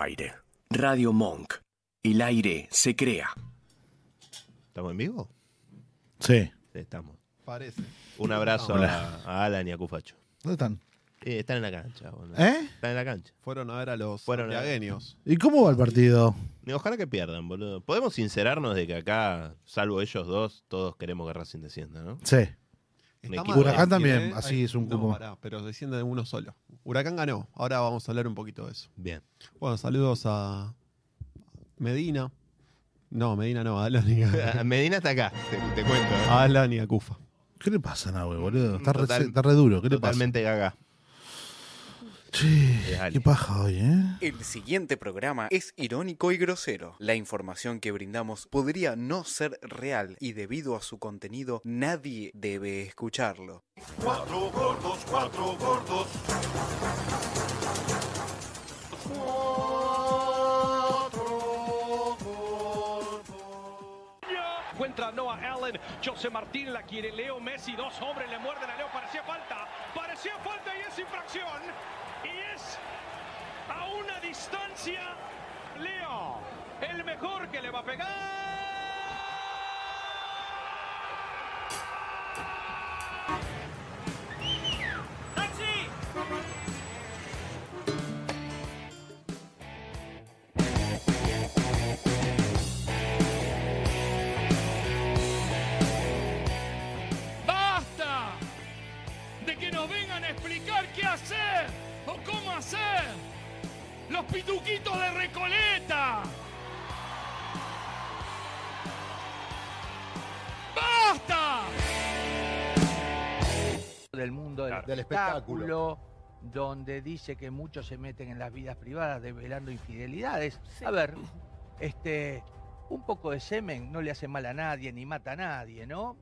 aire. Radio Monk. El aire se crea. ¿Estamos en vivo? Sí. Sí, estamos. Parece. Un abrazo Hola. a, a Alan y a Cufacho. ¿Dónde están? Eh, están en la cancha. boludo. ¿Eh? Están en la cancha. Fueron a ver a los Fueron a- santiagueños. ¿Y cómo va el partido? Eh, Ojalá que pierdan, boludo. Podemos sincerarnos de que acá, salvo ellos dos, todos queremos que Racing descienda, ¿no? Sí. Un Está equipo. mal, Huracán ¿eh? también, Tiene- así es un no, cupo. pará, pero se sienten uno solo. Huracán ganó. Ahora vamos a hablar un poquito de eso. Bien. Bueno, saludos a Medina. No, Medina no, a Alan y a, Ah, Medina está acá, te, te cuento. ¿eh? Ah, a Alan y a Cufa. ¿Qué le pasa a Nahue, boludo? Está, re, Total- está re duro. ¿Qué le Totalmente gaga. pasa? Sí. Eh, dale. Qué paja hoy, ¿eh? El siguiente programa es irónico y grosero. La información que brindamos podría no ser real y debido a su contenido nadie debe escucharlo. Cuatro gordos, cuatro gordos. Encuentra a Noah Allen, José Martín la quiere, Leo Messi, dos hombres le muerden a Leo, parecía falta, parecía falta y es infracción. Y es a una distancia Leo, el mejor que le va a pegar. ¡Taxi! ¡Basta! De que nos vengan a explicar qué hacer o cómo hacer. Los pituquitos de Recoleta. Ah, ¡Basta! del mundo del, Del espectáculo. espectáculo, donde dice que muchos se meten en las vidas privadas develando infidelidades. A ver, este, un poco de semen no le hace mal a nadie ni mata a nadie, ¿no?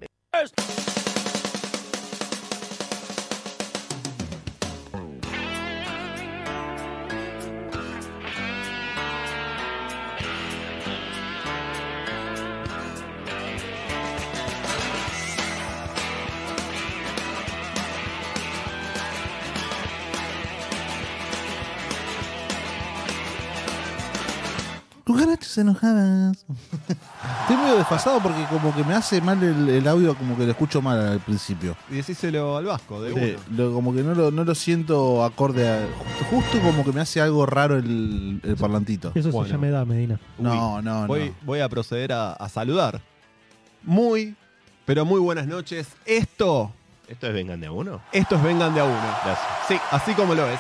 Tus ganaches enojadas. Estoy medio desfasado porque como que me hace mal el, el audio, como que lo escucho mal al principio. Y decíselo al Vasco, de Sí, uno. lo- como que no lo, no lo siento acorde a... Justo, justo como que me hace algo raro el, el parlantito. Eso Bueno. se llama edad, Medina. No, no, Voy, no. voy a proceder a, a saludar. Muy, pero muy buenas noches. Esto, ¿Esto es Vengan de a uno? estos vengan de a uno. Gracias. Sí, así como lo es.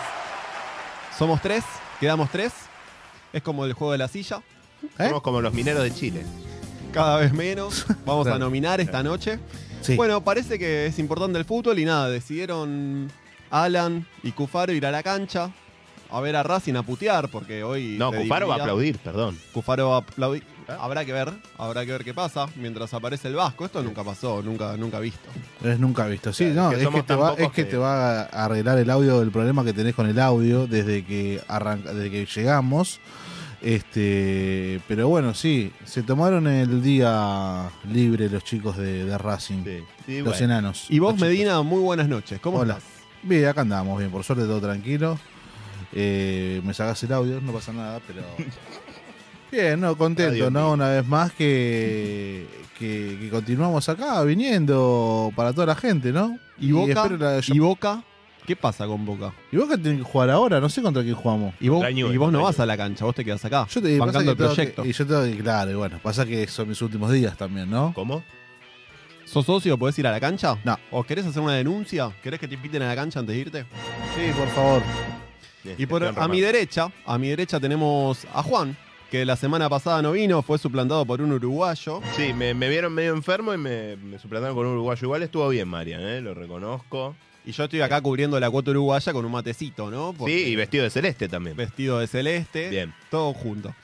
Somos tres, quedamos tres. Es como el juego de la silla. ¿Eh? Somos como los mineros de Chile. Cada vez menos. Vamos a Claro. nominar esta noche. Sí. Bueno, parece que es importante el fútbol y nada, decidieron Alan y Cufaro ir a la cancha a ver a Racing a putear porque hoy... No, de Cufaro va a divinidad- aplaudir, perdón. Cufaro va a aplaudir. ¿Eh? Habrá que ver, habrá que ver qué pasa mientras aparece el Vasco. Esto nunca pasó, nunca, nunca visto. Es nunca visto. Sí, Claro, no, es que es somos que, te tan va, pocos es que que- te va a arreglar el audio del problema que tenés con el audio desde que arranca, desde que llegamos. Este, pero bueno, sí, se tomaron el día libre los chicos de, de Racing, Sí. Sí, los bueno. enanos. Y vos, los chicos. Medina, muy buenas noches. ¿Cómo Hola. estás? Bien, acá andamos bien, por suerte todo tranquilo. Eh, me sacás el audio, no pasa nada, pero. Bien, no, contento, Radio ¿no? Mil. Una vez más que, que, que continuamos acá viniendo para toda la gente, ¿no? ¿Y Boca? espero la- ¿Y Boca? ¿Qué pasa con Boca? Y Boca tiene que jugar ahora, no sé contra quién jugamos. Y vos, Contra Newell's, y vos no contra vas a la cancha, vos te quedás acá, Yo te pasa que bancando el tengo que- proyecto. y yo tengo que- claro, y bueno, pasa que son mis últimos días también, ¿no? ¿Cómo? ¿Sos socio? ¿Podés ir a la cancha? No. ¿O querés hacer una denuncia? ¿Querés que te inviten a la cancha antes de irte? Este, Sí, por favor. Y por, Bien, a mi Román. derecha, a mi derecha tenemos a Juan, que la semana pasada no vino, fue suplantado por un uruguayo. Sí, me, me vieron medio enfermo y me, me suplantaron con un uruguayo. Igual estuvo bien, Marian, ¿eh? lo reconozco. Y yo estoy acá cubriendo la cuota uruguaya con un matecito, ¿no? Porque- Sí, y vestido de celeste también. vestido de celeste. Bien. Todo junto.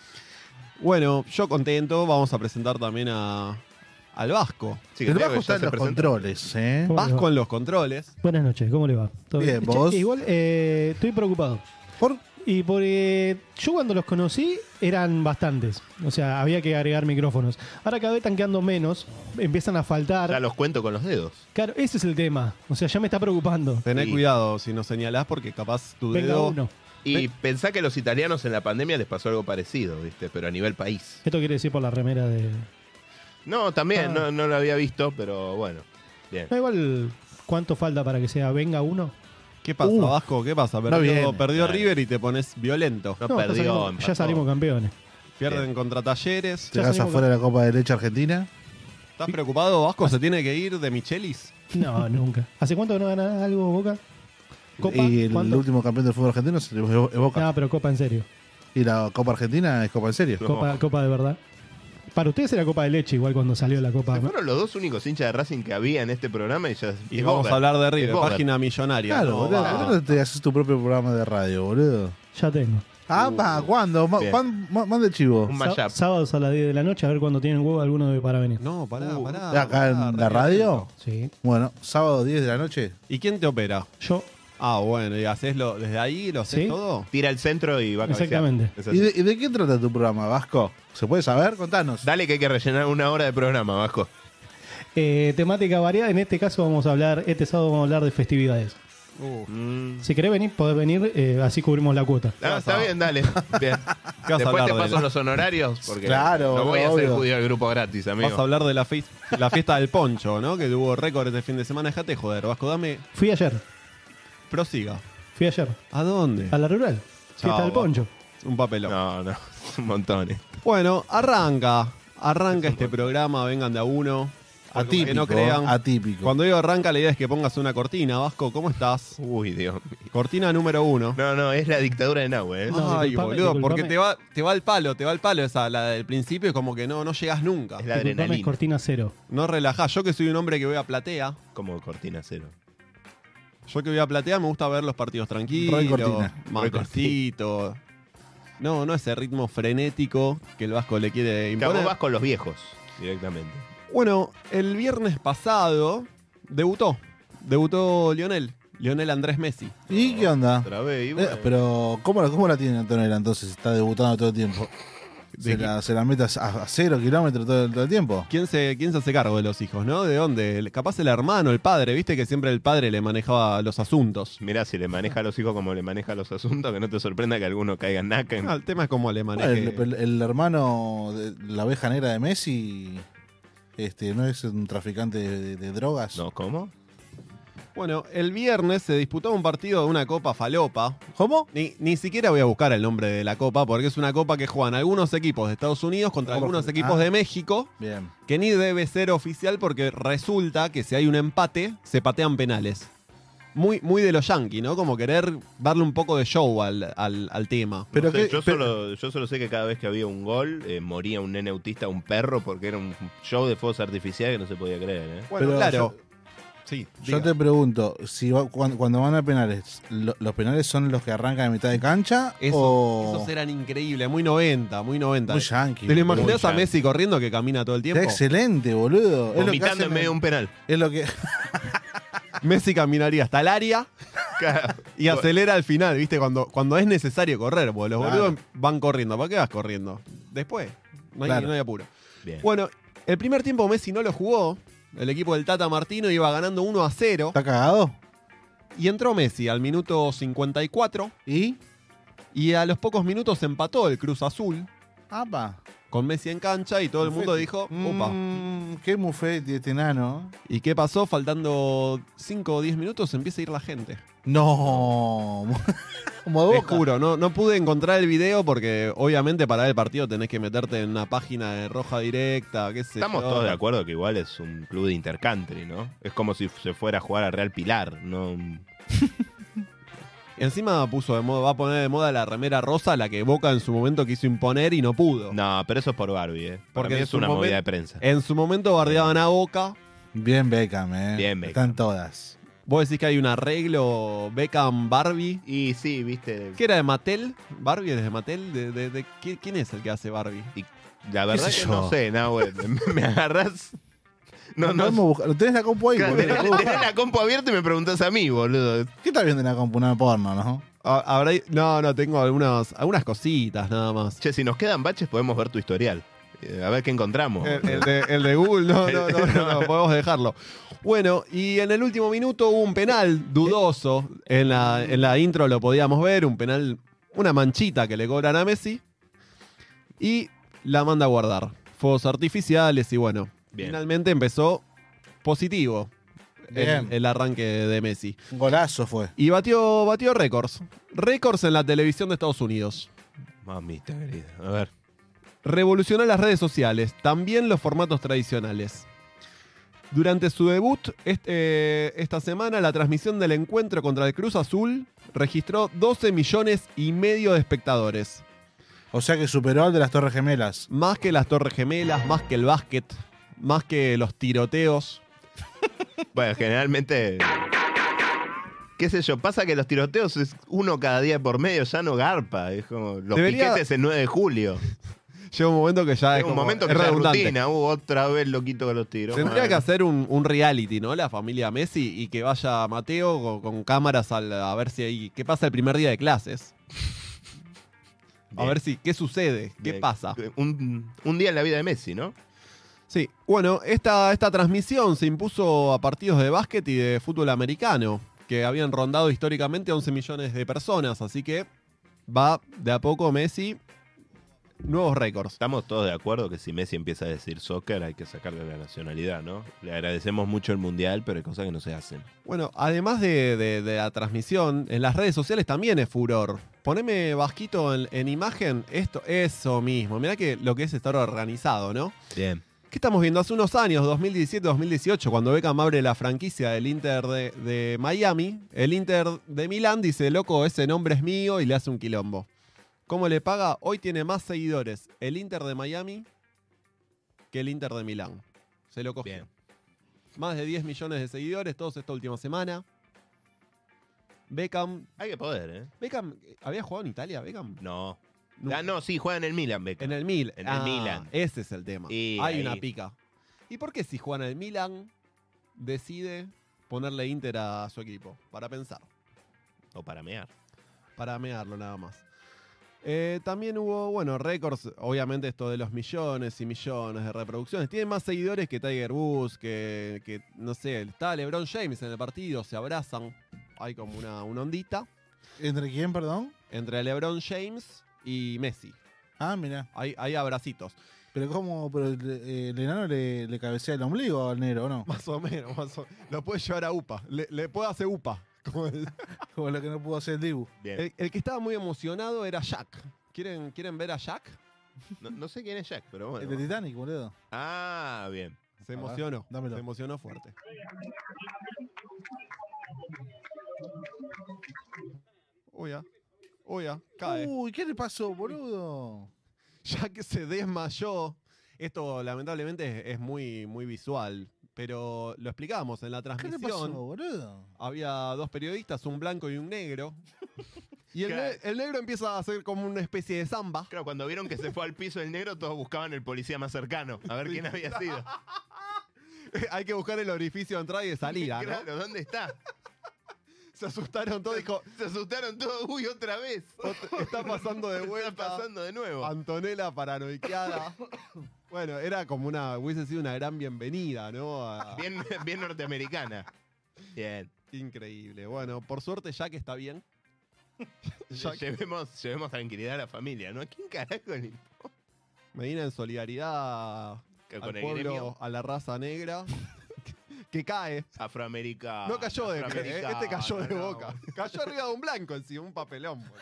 Bueno, yo contento, vamos a presentar también a, al Vasco. Sí, que el creo bajo que está ya en se los presenta. controles, ¿eh? ¿Cómo le va? Vasco en los controles. Buenas noches, ¿cómo le va? ¿Todo Bien, ¿vos? Che, igual eh, estoy preocupado. ¿Por? Y porque yo cuando los conocí eran bastantes. O sea, había que agregar micrófonos. Ahora cada vez están quedando menos, empiezan a faltar. Ya los cuento con los dedos. Claro, ese es el tema. O sea, ya me está preocupando. Tené Sí. cuidado si nos señalás porque capaz tu Venga dedo uno. Y pensá que los italianos en la pandemia les pasó algo parecido, ¿viste? Pero a nivel país. Esto quiere decir por la remera de. No, también, Ah. no, no lo había visto, pero bueno. Bien. No, igual, ¿cuánto falta para que sea venga uno? ¿Qué pasa, Uh. Vasco? ¿Qué pasa? Perdió, viene. perdió Dale. River y te pones violento. No, No, ya perdió. salimos- ya empató. salimos campeones. Pierden contra Talleres. Te Ya vas salimos afuera de la Copa de Leche Argentina. ¿Estás preocupado, Vasco? ¿Se tiene que ir de Michelis? No, nunca. ¿Hace cuánto que no gana algo Boca? ¿Copa? Y el ¿Cuánto? último campeón del fútbol argentino es es Boca. No, pero Copa en serio. Y la Copa Argentina es Copa en serio. No. Copa, Copa de verdad. Para ustedes era Copa de leche, igual cuando salió la Copa. Se fueron los dos únicos hinchas de Racing que había en este programa y ya. Y es vamos over. a hablar de Es River, over. página millonaria. Claro, No, boludo. Vasco. ¿Por qué no te haces tu propio programa de radio, boludo? Ya tengo. Ah, pa, ¿cuándo? Ma- bien. ¿cuán- ma- Mande chivo. Un Sá- mashup. sábados a las 10 de la noche, a ver cuando tienen huevo alguno de para venir. No, pará, pará. Uh, ¿Acá pará, en la radio? Sí. Bueno, sábado 10 de la noche. ¿Y quién te opera? Yo, Ah, bueno, y haces lo, desde ahí, lo haces Sí. todo. Tira al centro y va a cabecear. Exactamente. Es así. ¿Y de, y de qué trata tu programa, Vasco? ¿Se puede saber? Contanos. Dale que hay que rellenar una hora de programa, Vasco. eh, temática variada. En este caso vamos a hablar, este sábado vamos a hablar de festividades. Uh. Si querés venir, podés venir, eh, así cubrimos la cuota. Ah, está a- bien, dale. Bien. ¿Qué vas a Después hablar te de paso la- los honorarios porque Claro, no voy a ser obvio. judío del grupo gratis, Vas a amigo. hablar de la, fe- la fiesta del poncho, ¿no? Que tuvo récord este fin de semana. Dejate joder, Vasco, dame. Fui ayer, Prosiga. fui ayer, ¿A dónde? a la rural. Fiesta del Chao. poncho. Un papelón. No, no, un montón. eh. Bueno, arranca. Arranca este programa, vengan de a uno. Para Que no crean. Atípico. Cuando digo arranca, la idea es que pongas una cortina. Vasco, ¿cómo estás? Uy, Dios mío. Cortina número uno. No, no, es la dictadura de Nahue, ¿eh? No, Ay, disculpame, boludo, disculpame. porque te va, te va el palo, te va el palo esa, la del principio, es como que no, no llegas nunca. Es la Disculpame, es adrenalina. cortina cero. No relajás. Yo que soy un hombre que voy a platea, Como cortina cero. yo que voy a platea me gusta ver los partidos Roy tranquilos, Cortina. más Roy Cortina. cortito. No, no ese ritmo frenético que el Vasco le quiere Claro, vos imponer. vas con los viejos directamente. Bueno, el viernes pasado debutó. Debutó Lionel. Lionel Andrés Messi. ¿Y qué onda? Otra vez, y Eh, bueno. pero, ¿cómo la, ¿cómo la tiene Antonella entonces? Está debutando todo el tiempo. Se la, se la mete a, a cero kilómetros todo, el- todo el tiempo. ¿Quién se, ¿Quién se hace cargo de los hijos, no? ¿De dónde? El- capaz el hermano, el padre. Viste que siempre el padre le manejaba los asuntos. Mirá, si le maneja a los hijos como le maneja a los asuntos, que no te sorprenda que alguno caiga en naca. Ah, el tema es cómo le Bueno, maneje. el, el- el hermano de la oveja negra de Messi este, no es un traficante de, de drogas. No, ¿cómo? Bueno, el viernes se disputó un partido de una copa falopa. ¿Cómo? Ni, ni siquiera voy a buscar el nombre de la copa porque es una copa que juegan algunos equipos de Estados Unidos contra Copa algunos Fal- equipos ah. de México. Bien. que ni debe ser oficial porque resulta que si hay un empate, se patean penales. Muy, muy de los yankees, ¿no? Como querer darle un poco de show al, al- al tema. Pero No sé, qué- yo, pero- solo, yo solo sé que cada vez que había un gol, eh, moría un nene autista, un perro, porque era un show de fuegos artificiales que no se podía creer, ¿eh? Bueno, Pero claro. sí, Yo diga. te pregunto, si va- cuan- cuando van a penales, lo- ¿los penales son los que arrancan a mitad de cancha? Eso- o... Esos eran increíbles, muy 90, muy 90. Muy yankee. ¿Te lo boludo. imaginas a yankee. Messi corriendo que camina todo el Está tiempo? excelente, boludo. Es lo, que Vomitando hacen en medio de un penal. en- es lo que- Messi caminaría hasta el área Claro. y acelera al final, ¿viste? Cuando, cuando es necesario correr, porque los Claro. boludos van corriendo. ¿Para qué vas corriendo? Después, no hay- Claro. no hay apuro. Bien. Bueno, el primer tiempo Messi no lo jugó. El equipo del Tata Martino iba ganando 1 a 0. ¿Está cagado? Y entró Messi al minuto 54. ¿Y? Y a los pocos minutos empató el Cruz Azul ¡Apa! con Messi en cancha. Y todo el mundo dijo, upa. Mm, ¡Qué mufete este nano! ¿Y qué pasó? Faltando 5 o 10 minutos empieza a ir la gente. ¡No! Como Te boca. juro, no, no pude encontrar el video porque obviamente para ver el partido tenés que meterte en una página de roja directa, qué sé Estamos yo. todos de acuerdo que igual es un club de intercountry, ¿no? Es como si se fuera a jugar a Real Pilar, ¿no? Encima puso de moda, va a poner de moda la remera rosa, la que Boca en su momento quiso imponer y no pudo. No, pero eso es por Barbie, ¿eh? Para Porque mí en es su una movida momento- de prensa. En su momento bardeaban a Boca. Bien Beckham, eh. Bien Beckham. Están todas. Vos decís que hay un arreglo Beckham-Barbie. Y sí, viste. ¿Qué era de Mattel? ¿Barbie es de Mattel? ¿De, de- de- qui- ¿Quién es el que hace Barbie? La verdad ¿Qué que sé no yo? sé, Nahue. Me- Me agarras. No, no. Podemos buscar- Tenés la compu ahí, Claro, boludo. Tenés tenés la compu abierta y me preguntás a mí, boludo. ¿Qué estás viendo en la compu? Una porno, ¿no? Ah, habrá- no, no, tengo algunas, algunas cositas nada más. Che, si nos quedan baches, podemos ver tu historial. Eh, A ver qué encontramos. El, el de, el de Google, no, no, no, no, no, podemos dejarlo. Bueno, y en el último minuto hubo un penal dudoso. En la, en la intro lo podíamos ver, un penal una manchita que le cobran a Messi y la manda a guardar. Fuegos artificiales y bueno, Bien. finalmente empezó positivo Bien. el, el arranque de Messi. Un golazo fue. Y batió, batió récords. Récords en la televisión de Estados Unidos. Mamita querida. A ver. Revolucionó las redes sociales, también los formatos tradicionales. Durante su debut, este- eh, esta semana, la transmisión del encuentro contra el Cruz Azul registró 12 millones y medio de espectadores. O sea que superó al de las Torres Gemelas. Más que las Torres Gemelas, más que el básquet, más que los tiroteos. Bueno, generalmente. ¿Qué sé yo? Pasa que los tiroteos es uno cada día por medio, ya no garpa. Es como los Debería- piquetes el 9 de julio. Llega un momento que ya es, Es un como- momento que es ya es redundante. rutina. Uh, otra vez loquito con los tiros. Tendría Madre. que hacer un, un reality, ¿no? La familia Messi y que vaya Mateo con, con cámaras al- a ver si hay. ¿Qué pasa el primer día de clases? A Bien. ver si. ¿Qué sucede? ¿Qué Bien. pasa? Un, un día en la vida de Messi, ¿no? Sí, bueno, esta, esta transmisión se impuso a partidos de básquet y de fútbol americano, que habían rondado históricamente 11 millones de personas, así que va de a poco Messi. Nuevos récords. Estamos todos de acuerdo que si Messi empieza a decir soccer hay que sacarle la nacionalidad, ¿no? Le agradecemos mucho el mundial, pero hay cosas que no se hacen. Bueno, además de, de- de la transmisión, en las redes sociales también es furor. Poneme vasquito en, en imagen esto, eso mismo. Mirá que lo que es estar organizado, ¿no? Bien. ¿Qué estamos viendo? Hace unos años, 2017-2018, cuando Beckham abre la franquicia del Inter de, de Miami, el Inter de Milán dice, loco, ese nombre es mío y le hace un quilombo. ¿Cómo le paga? Hoy tiene más seguidores el Inter de Miami que el Inter de Milán. Se lo cogió. Bien. Más de 10 millones de seguidores, todos esta última semana. Beckham. Hay que poder, ¿eh? Beckham, ¿había jugado en Italia? Beckham. No. Nunca. Ah, no, sí, juega en el Milan, Beca. En el Mil. En el Milan. Ese es el tema. Y Hay ahí. una pica. ¿Y por qué si Juan el Milan decide ponerle Inter a su equipo? Para pensar, O para mear. para mearlo nada más. Eh, también hubo, bueno, récords, obviamente esto de los millones y millones de reproducciones. Tiene más seguidores que Tiger Woods, que, que, no sé, está LeBron James en el partido, se abrazan. Hay como una, una ondita ¿Entre quién, perdón? entre LeBron James y Messi. Ah, mira. Hay, hay abracitos. Pero cómo, pero el, eh, el enano le, le cabecea el ombligo al negro, ¿o no? Más o menos, más o- Lo puede llevar a UPA. Le, le puede hacer UPA. como el, Como lo que no pudo hacer el Dibu. Bien. el- el que estaba muy emocionado era Jack. ¿Quieren, ¿Quieren ver a Jack? No, no sé quién es Jack, pero El de bueno. Titanic, boludo. Ah, bien. Se A ver, emocionó. dámelo. Se emocionó fuerte. Uy, ah. Uy, ah, Cae. Uh. Uy, ¿qué le pasó, boludo? Jack se desmayó. Esto lamentablemente es, es muy, muy visual. Pero lo explicamos en la ¿Qué transmisión. le pasó, boludo? había dos periodistas, un blanco y un negro. Y el, Claro. ne- el negro empieza a hacer como una especie de samba. Claro, cuando vieron que se fue al piso el negro, todos buscaban el policía más cercano, a ver quién había sido. Hay que buscar el orificio de entrada y de salida, ¿no? Claro, ¿dónde está? Se asustaron todos, dijo, Se asustaron todos, uy, otra vez. "Ot- está pasando de ¿Qué está vuelta. pasando de nuevo? Antonella paranoiqueada. Bueno, era como una, hubiese sido una gran bienvenida, ¿no? A- Bien, bien norteamericana. Bien. Increíble. Bueno, por suerte Jack está bien. Jack- Llevemos, llevemos tranquilidad a la familia, ¿no? ¿A quién carajo le Medina en solidaridad con al el pueblo, gremio a la raza negra, que cae. afroamericano? No cayó de eh, afroamericano, este cayó de Ah, no, boca. Cayó arriba de un blanco encima, un papelón. boludo.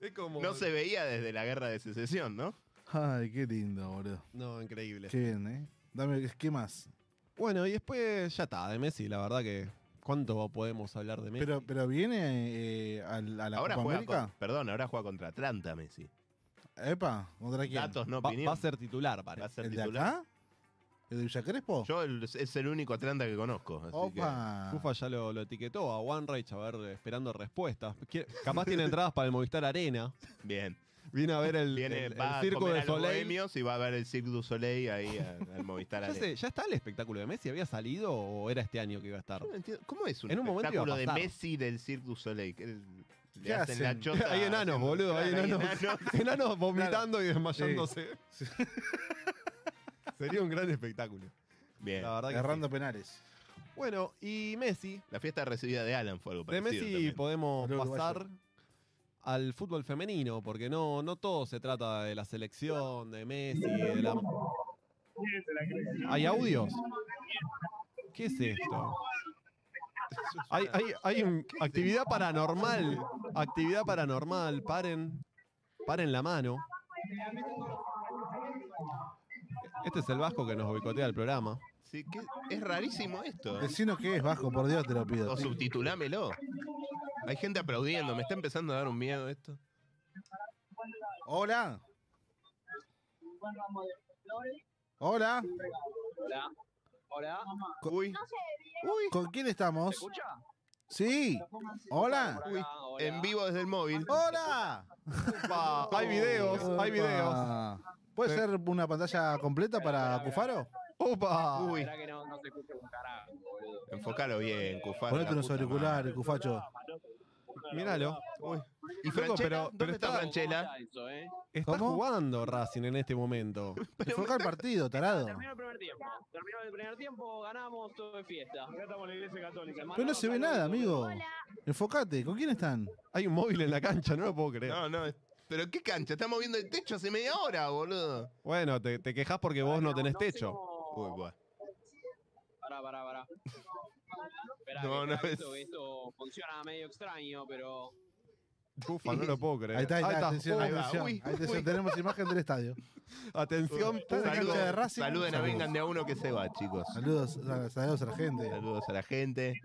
es como. No se veía desde la guerra de secesión, ¿no? Ay, qué lindo, boludo. No, increíble. Qué bien, ¿eh? Dame, ¿qué más? Bueno, y después ya está, de Messi, la verdad que. ¿Cuánto podemos hablar de Messi? Pero, pero viene eh, al- a, la ahora Copa juega América. con- perdón, ahora juega contra Atlanta, Messi. Epa, ¿contra quién? Datos, no va, opinión. va a ser titular, Va a parece. ser ¿El de titular. acá? ¿El de Villa Crespo? Yo el- es el único Atlanta que conozco. así Opa. Cufa ya lo, lo etiquetó a One Rage, a ver, esperando respuestas. Quiere- Capaz tiene entradas para el Movistar Arena. que, bien. Viene a ver el, Viene, el- el va a Circo comer de a los Soleil. bohemios y va a ver el Cirque du Soleil ahí a- al Movistar Ya, Arena. sé, ¿Ya está el espectáculo de Messi? ¿Había salido o era este año que iba a estar? Yo no entiendo, ¿Cómo es un, En un momento iba a espectáculo de pasar. Messi del Cirque du Soleil? Que el- le ¿Qué hacen la hacen? chota. hay enanos, haciendo- boludo, hay Claro, enanos. Enanos vomitando y desmayándose. desmayándose. Sería un gran espectáculo. Bien. La verdad que Agarrando penales. sí. Bueno, y Messi. La fiesta recibida de Alan fue algo De parecido. Messi también. podemos Boludo, pasar al fútbol femenino, porque no, no todo se trata de la selección, de Messi, de la... ¿Hay audios? ¿Qué es esto? Hay, hay, hay un- actividad paranormal. Actividad paranormal. Paren. Paren la mano. Este es el vasco que nos boicotea el programa. Sí, ¿qué? Es rarísimo esto. Decinos que es bajo, por Dios te lo pido. O subtitulámelo. Hay gente aplaudiendo, me está empezando a dar un miedo esto. Hola. Hola. Hola. Hola. Uy, ¿Con quién estamos? ¿Escucha? Sí. Hola. uy, en vivo desde el móvil. Hola. Upa, hay videos, hay videos. Ah. ¿Puede ser una pantalla completa para Cufaro? Upa. Uy, Será que no, no se escucha un carajo, boludo. enfócalo bien, Cufaro. la Ponete los puta auriculares, Cufacho. Míralo. madre. Y Loco, Franchella, pero- ¿dónde pero está está- Franchella? Está eso, eh. Está ¿Cómo? jugando Racing en este momento. Enfoca el partido, tarado. Terminó el primer tiempo. Terminó el primer tiempo, ganamos todo de fiesta. Acá estamos en la iglesia católica. Pero no se ve nada, amigo. Enfocate, ¿con quién están? Hay un móvil en la cancha, no lo puedo creer. No, no, es- pero qué cancha, estamos viendo el techo hace media hora, boludo. Bueno, te, te quejas porque vos no tenés techo. Uy, buah. Pará, pará, pará. Esperá, No, que no esto- es- esto, esto funciona medio extraño, pero. Ufa, no lo puedo creer. Ahí está, ahí está. Atención, Uy, ahí va, uy, atención. Ahí atención, uy. Tenemos imagen del estadio. Atención, Está en la Saludos- cancha de Racing. Saluden a Saludos. vengan de a uno que se va, chicos. Saludos, a- saludos a la gente. Saludos a la gente.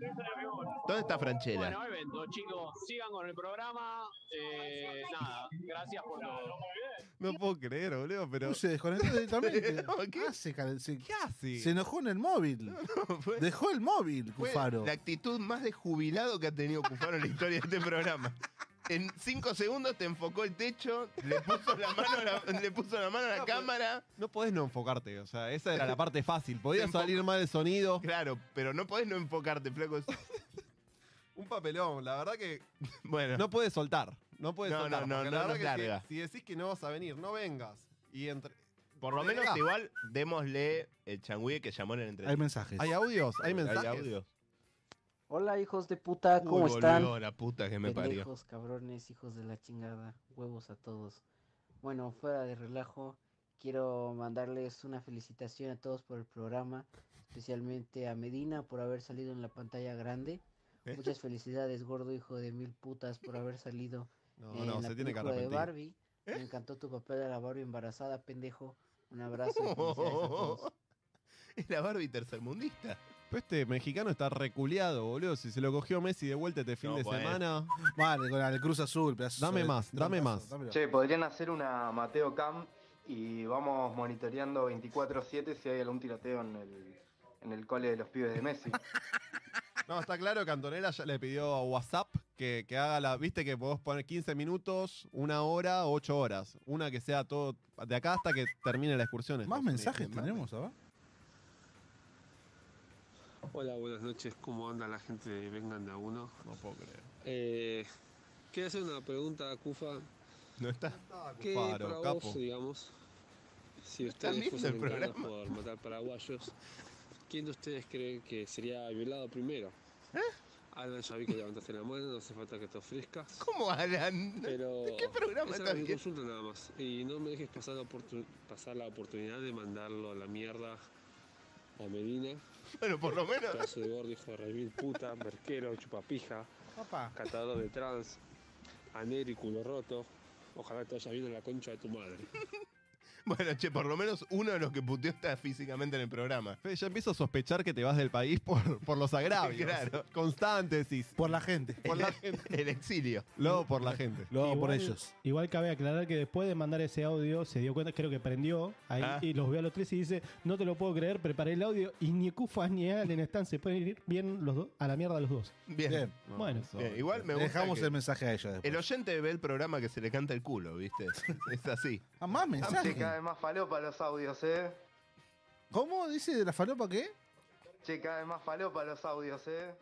¿Dónde está Bueno, Franchella? evento, chicos. Sigan con el programa. Eh, nada, gracias por todo. no puedo creer, boludo, pero. Uy, se desconectó directamente. No, ¿qué? Ah, se, cal- se- ¿Qué hace? se enojó en el móvil. Fue- Dejó el móvil, fue Cufaro. la actitud más de jubilado que ha tenido Cufaro en la historia de este programa. En cinco segundos te enfocó el techo, le puso la mano a la, le puso la, mano a la pues. cámara. No podés no enfocarte, o sea, esa era la parte fácil. Podía Te enfo- salir mal el sonido. Claro, pero no podés no enfocarte, flaco. Un papelón, la verdad que Bueno, no puedes soltar. No puedes No, soltar. no, no, porque no, la no verdad que larga. si, si decís que no vas a venir, no vengas. Y entre. por lo menos igual démosle el changüí que llamó en eh, ah. el Hay entrevista. mensajes. ¿Hay audios? ¿Hay mensajes? audio. Hola hijos de puta, ¿cómo Uy, están? boludo, la puta que me parió. Pendejos, cabrones, hijos de la chingada, huevos a todos. Bueno, fuera de relajo, quiero mandarles una felicitación a todos por el programa, especialmente a Medina por haber salido en la pantalla grande. ¿Eh? Muchas felicidades, gordo hijo de mil putas, por haber salido No, en no, la se tiene que película de arrepentir. Barbie. ¿Eh? Me encantó tu papel de la Barbie embarazada, pendejo. Un abrazo y felicidades a todos. Es la Barbie tercermundista. Pero este mexicano está reculeado, boludo. Si se lo cogió Messi de vuelta este fin No de podés. semana. Vale, con el Cruz Azul. pedazo Dame de- más, dame más. dámelo. Che, podrían hacer una Mateo Cam y vamos monitoreando 24-7 si hay algún tiroteo en el, en el cole de los pibes de Messi. No, está claro que Antonella ya le pidió a WhatsApp que, que haga la. Viste que podés poner 15 minutos, una hora, ocho horas. Una que sea todo. De acá hasta que termine la excursión. ¿Más Estados mensajes Unidos. tenemos ¿ah? ahora? Hola, buenas noches. ¿Cómo anda la gente de Vengan de a uno? No puedo creer. Eh, quiero hacer una pregunta a Cufa. No está. ¿Qué Cufaro, para capo. vos, digamos, si viendo ustedes fuesen el encargados programa? por matar paraguayos, quién de ustedes cree que sería violado primero? Alan, ya vi que levantaste la mano, no hace falta que te ofrezcas. ¿Eh? ¿Cómo, Alan? Pero ¿De qué programa esa estás era mi viendo? consulta nada más. Y no me dejes pasar la, oportu- pasar la oportunidad de mandarlo a la mierda a Medina. Bueno, por lo menos. Pedazo de gordo, hijo de remil puta, merquero, chupapija, Papá. catador de trans, anero y culo roto. Ojalá te vaya bien en la concha de tu madre. Bueno, che, por lo menos uno de los que puteó está físicamente en el programa. Fede, ya empiezo a sospechar que te vas del país por, por los agravios. Claro. Constantes y. Por la gente. Por la gente. El exilio. Luego por la gente. Luego por Igual- ellos. Igual cabe aclarar que después de mandar ese audio se dio cuenta, creo que prendió ahí Ah. y los vio a los tres y dice, no te lo puedo creer, preparé el audio y ni Cufa ni Allen están, se pueden ir bien los dos, a la mierda los dos. Bien. Bien. bueno, Bien, Igual me Le gusta dejamos que el mensaje a ellos después. el oyente ve el programa que se le canta el culo, ¿viste? Es así. Ah, más Che, cada mensajes. vez más falopa los audios, ¿eh? ¿Cómo dice de la falopa qué? Che, cada vez más falopa los audios, ¿eh?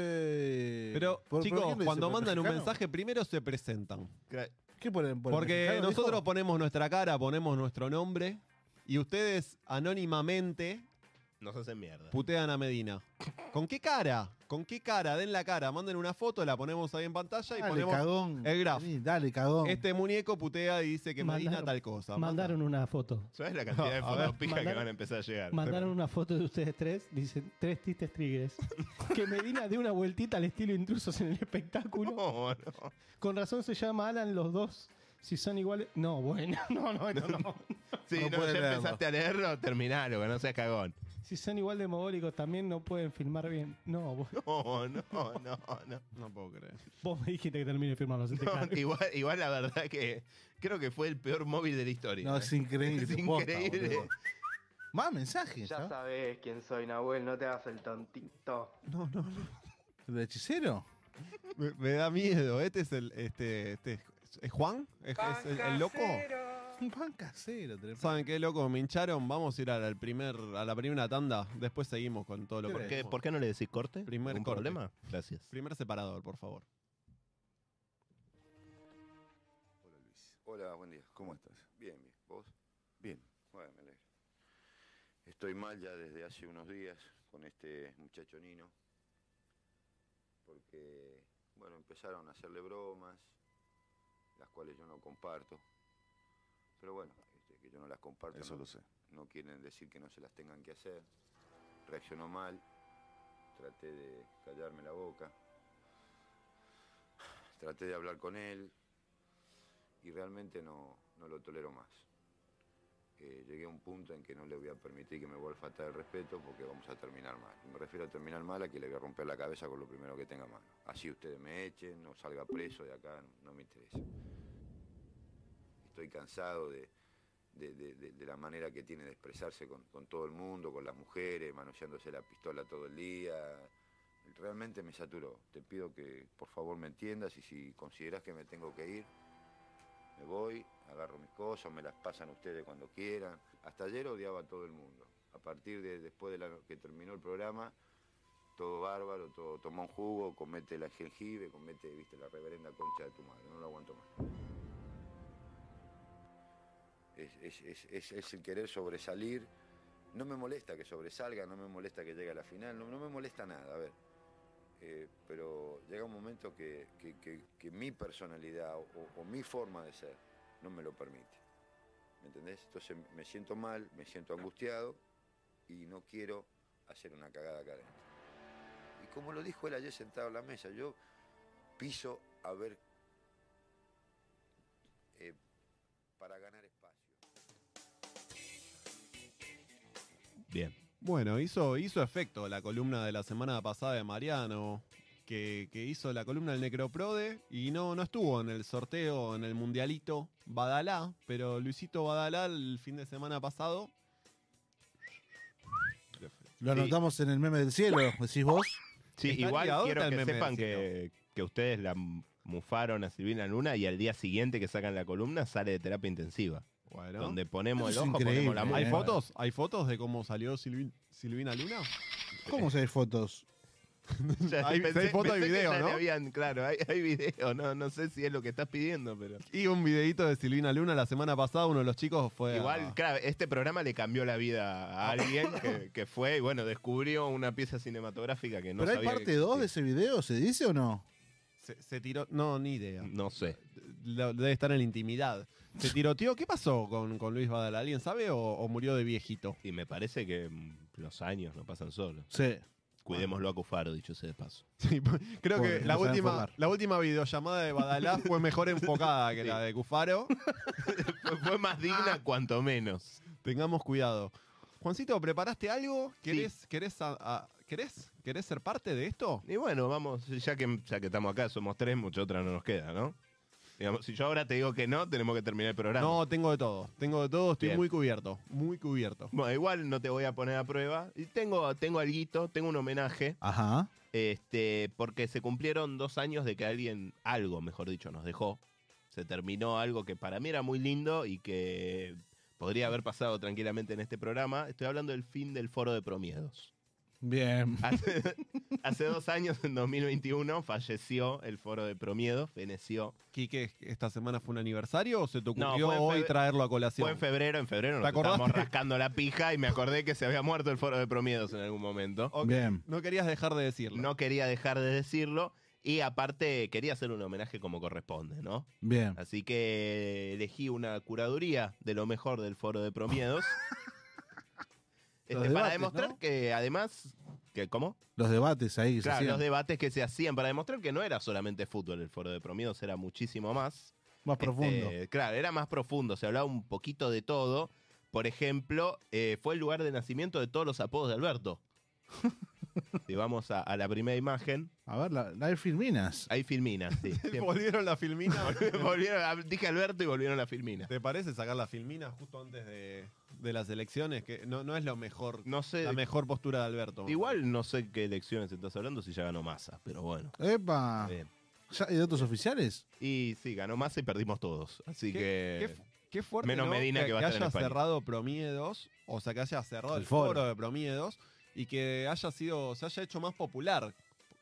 Eh, pero, ¿por- por chicos, quién lo dice? ¿Por cuando el mandan un mexicano? mensaje, primero se presentan. Claro. ¿Qué ponen? ¿Por el Porque mexicano, dijo? nosotros ponemos nuestra cara, ponemos nuestro nombre y ustedes anónimamente Nos hacen mierda. Putean a Medina. ¿Con qué cara? ¿Con qué cara? Den la cara, manden una foto, la ponemos ahí en pantalla y Dale, ponemos cagón. el graf. Vení, Dale, cagón. Este muñeco putea y dice que Medina Mandaron- tal cosa. Mandaron una foto. ¿Sabes la cantidad de A ver, fotopijas que mandaron- van a empezar a llegar? Mandaron una foto de ustedes tres, dicen tres tristes trigres. que Medina dé una vueltita al estilo intrusos en el espectáculo. No, no. Con razón se llama Alan los dos. Si son iguales. No, bueno, no, no, no. no. Sí, No no, puede ya leerlo. empezaste a leerlo, terminalo, que no seas cagón. Si son igual de mogólicos también no pueden filmar bien. No, vos, No, no, no, no. No puedo creer. vos me dijiste que termine de firmarlo. hacete No, cargo. igual, igual la verdad que creo que fue el peor móvil de la historia. ¿eh? No, es increíble. Es posta, increíble. boludo. Más mensajes. ¿ah? Ya ¿sabes? sabes quién soy, Nahuel, no te hagas el tontito. No, no, no. ¿El de hechicero? Me, me da miedo. Este es el. Este, este es- ¿Es Juan? ¿Es, es el, el loco? Un pan casero. tremendo. ¿Saben qué, loco? Me hincharon. Vamos a ir al al primer, a la primera tanda. Después seguimos con todo lo ¿Por que. qué, por qué no le decís corte? Primer ¿Un corte. problema? Gracias. Primer separador, por favor. Hola, buen día. ¿Cómo estás? Bien, bien. ¿Vos? Bien. Bueno, me alegro. Estoy mal ya desde hace unos días con este muchacho Nino. Porque, bueno, empezaron a hacerle bromas, las cuales yo no comparto. Pero bueno, este, que yo no las comparto. Eso no, lo sé. No quieren decir que no se las tengan que hacer. Reaccionó mal. Traté de callarme la boca. Traté de hablar con él y realmente no, no lo tolero más. Eh, llegué a un punto en que no le voy a permitir que me vuelva a faltar el respeto porque vamos a terminar mal. Y me refiero a terminar mal a que le voy a romper la cabeza con lo primero que tenga a mano. Así ustedes me echen, no salga preso de acá, no me interesa. Estoy cansado de, de- de- de- de la manera que tiene de expresarse con, con todo el mundo, con las mujeres, manoseándose la pistola todo el día. Realmente me saturó. Te pido que por favor me entiendas y si consideras que me tengo que ir, me voy, agarro mis cosas, me las pasan ustedes cuando quieran. Hasta ayer odiaba a todo el mundo. A partir de después de la- que terminó el programa, todo bárbaro, todo toma un jugo, comete la jengibre, comete, viste, la reverenda concha de tu madre. No lo aguanto más. Es, es- es- es- es el querer sobresalir. No me molesta que sobresalga, no me molesta que llegue a la final, no, no me molesta nada. A ver, eh, pero llega un momento que, que- que- que mi personalidad o, o mi forma de ser no me lo permite. ¿Me entendés? Entonces me siento mal, me siento angustiado y no quiero hacer una cagada acá adentro. Y como lo dijo él ayer sentado en la mesa, yo piso a ver eh, para ganar espacio. Bien. Bueno, hizo, hizo efecto la columna de la semana pasada de Mariano, que, que hizo la columna del Necroprode y no, no estuvo en el sorteo, en el mundialito Badalá, pero Luisito Badalá el fin de semana pasado. Lo anotamos en el meme del cielo, decís vos. Sí, Está igual liado, quiero está el que meme del sepan que, que ustedes la mufaron a Silvina Luna y al día siguiente que sacan la columna sale de terapia intensiva. Bueno. Donde ponemos el Eso es ojo, ponemos la increíble, mano. ¿Hay eh. fotos? ¿Hay fotos de cómo salió Silvi- Silvina Luna? ¿Cómo se hay fotos? Hay- hay foto y pensé que video, ya le ¿no? habían- claro, hay, hay video, no, no sé si es lo que estás pidiendo, pero. Y un videito de Silvina Luna la semana pasada, uno de los chicos fue. a- Igual, claro, este programa le cambió la vida Ah. a alguien que, que fue y bueno, descubrió una pieza cinematográfica que no ¿Pero hay sabía parte que 2 de existía. ese video? ¿Se dice o no? se, se tiró. No, ni idea. No sé. Lo- Debe estar en la intimidad. Se tiroteó. ¿Qué pasó con, con Luis Badal? ¿Alguien sabe o, o murió de viejito? Y me parece que mm, los años no pasan solos. Sí. Cuidémoslo a Cufaro, dicho sea de paso. Sí, po- creo Pobre, que la no saben última, formar. la última videollamada de Badalá fue mejor enfocada que Sí. la de Cufaro. Fue- Fue más Ah. digna, cuanto menos. Tengamos cuidado. Juancito, ¿preparaste algo? ¿Querés, querés, a- a- ¿querés, ¿Querés ser parte de esto? Y bueno, vamos, ya que, ya que estamos acá, somos tres, mucha otra no nos queda, ¿no? Digamos, si yo ahora te digo que no, tenemos que terminar el programa. No, tengo de todo. Tengo de todo, estoy Bien. muy cubierto. Muy cubierto. Bueno, igual no te voy a poner a prueba. Y tengo, tengo alguito, tengo un homenaje. Ajá. Este, porque se cumplieron dos años de que alguien, algo mejor dicho, nos dejó. Se terminó algo que para mí era muy lindo y que podría haber pasado tranquilamente en este programa. Estoy hablando del fin del foro de promiedos. Bien. Hace, hace dos años, en 2021, falleció el foro de Promiedo, feneció. Quique, ¿esta semana fue un aniversario o se te No, ocurrió fue en hoy febre- traerlo a colación? Fue en febrero, en febrero ¿Te nos estábamos acordaste? rascando la pija y me acordé que se había muerto el foro de Promiedos en algún momento. Ok, Bien. No querías dejar de decirlo. No quería dejar de decirlo y aparte quería hacer un homenaje como corresponde, ¿no? Bien. Así que elegí una curaduría de lo mejor del foro de Promiedos. Este, Los para debates, demostrar ¿no? que además, que ¿cómo? Los debates ahí que se Claro, hacían. los debates que se hacían para demostrar que no era solamente fútbol el foro de Promiedos, era muchísimo más. Más Este, profundo. claro, era más profundo, se hablaba un poquito de todo. Por ejemplo, eh, fue el lugar de nacimiento de todos los apodos de Alberto. si vamos a, a la primera imagen, A ver, la, la de Filminas. hay Filmina, sí. ¿Volvieron la filmina? Volvieron a- dije Alberto y volvieron la Filmina. ¿Te parece sacar la filmina justo antes de, de las elecciones? Que no, no es lo mejor, No sé, la mejor postura de Alberto. Eh, igual no sé qué elecciones estás hablando si ya ganó Massa, pero bueno. Epa. está bien. ¿Ya ¿Hay datos oficiales? Y sí, ganó Massa y perdimos todos, así ¿Qué- que... qué fu- Qué fuerte Eh, Menos ¿no? Medina que va a estar en haya España. cerrado Promiedos, o sea, que haya cerrado el, El foro. foro. de Promiedos y que haya sido, se haya hecho más popular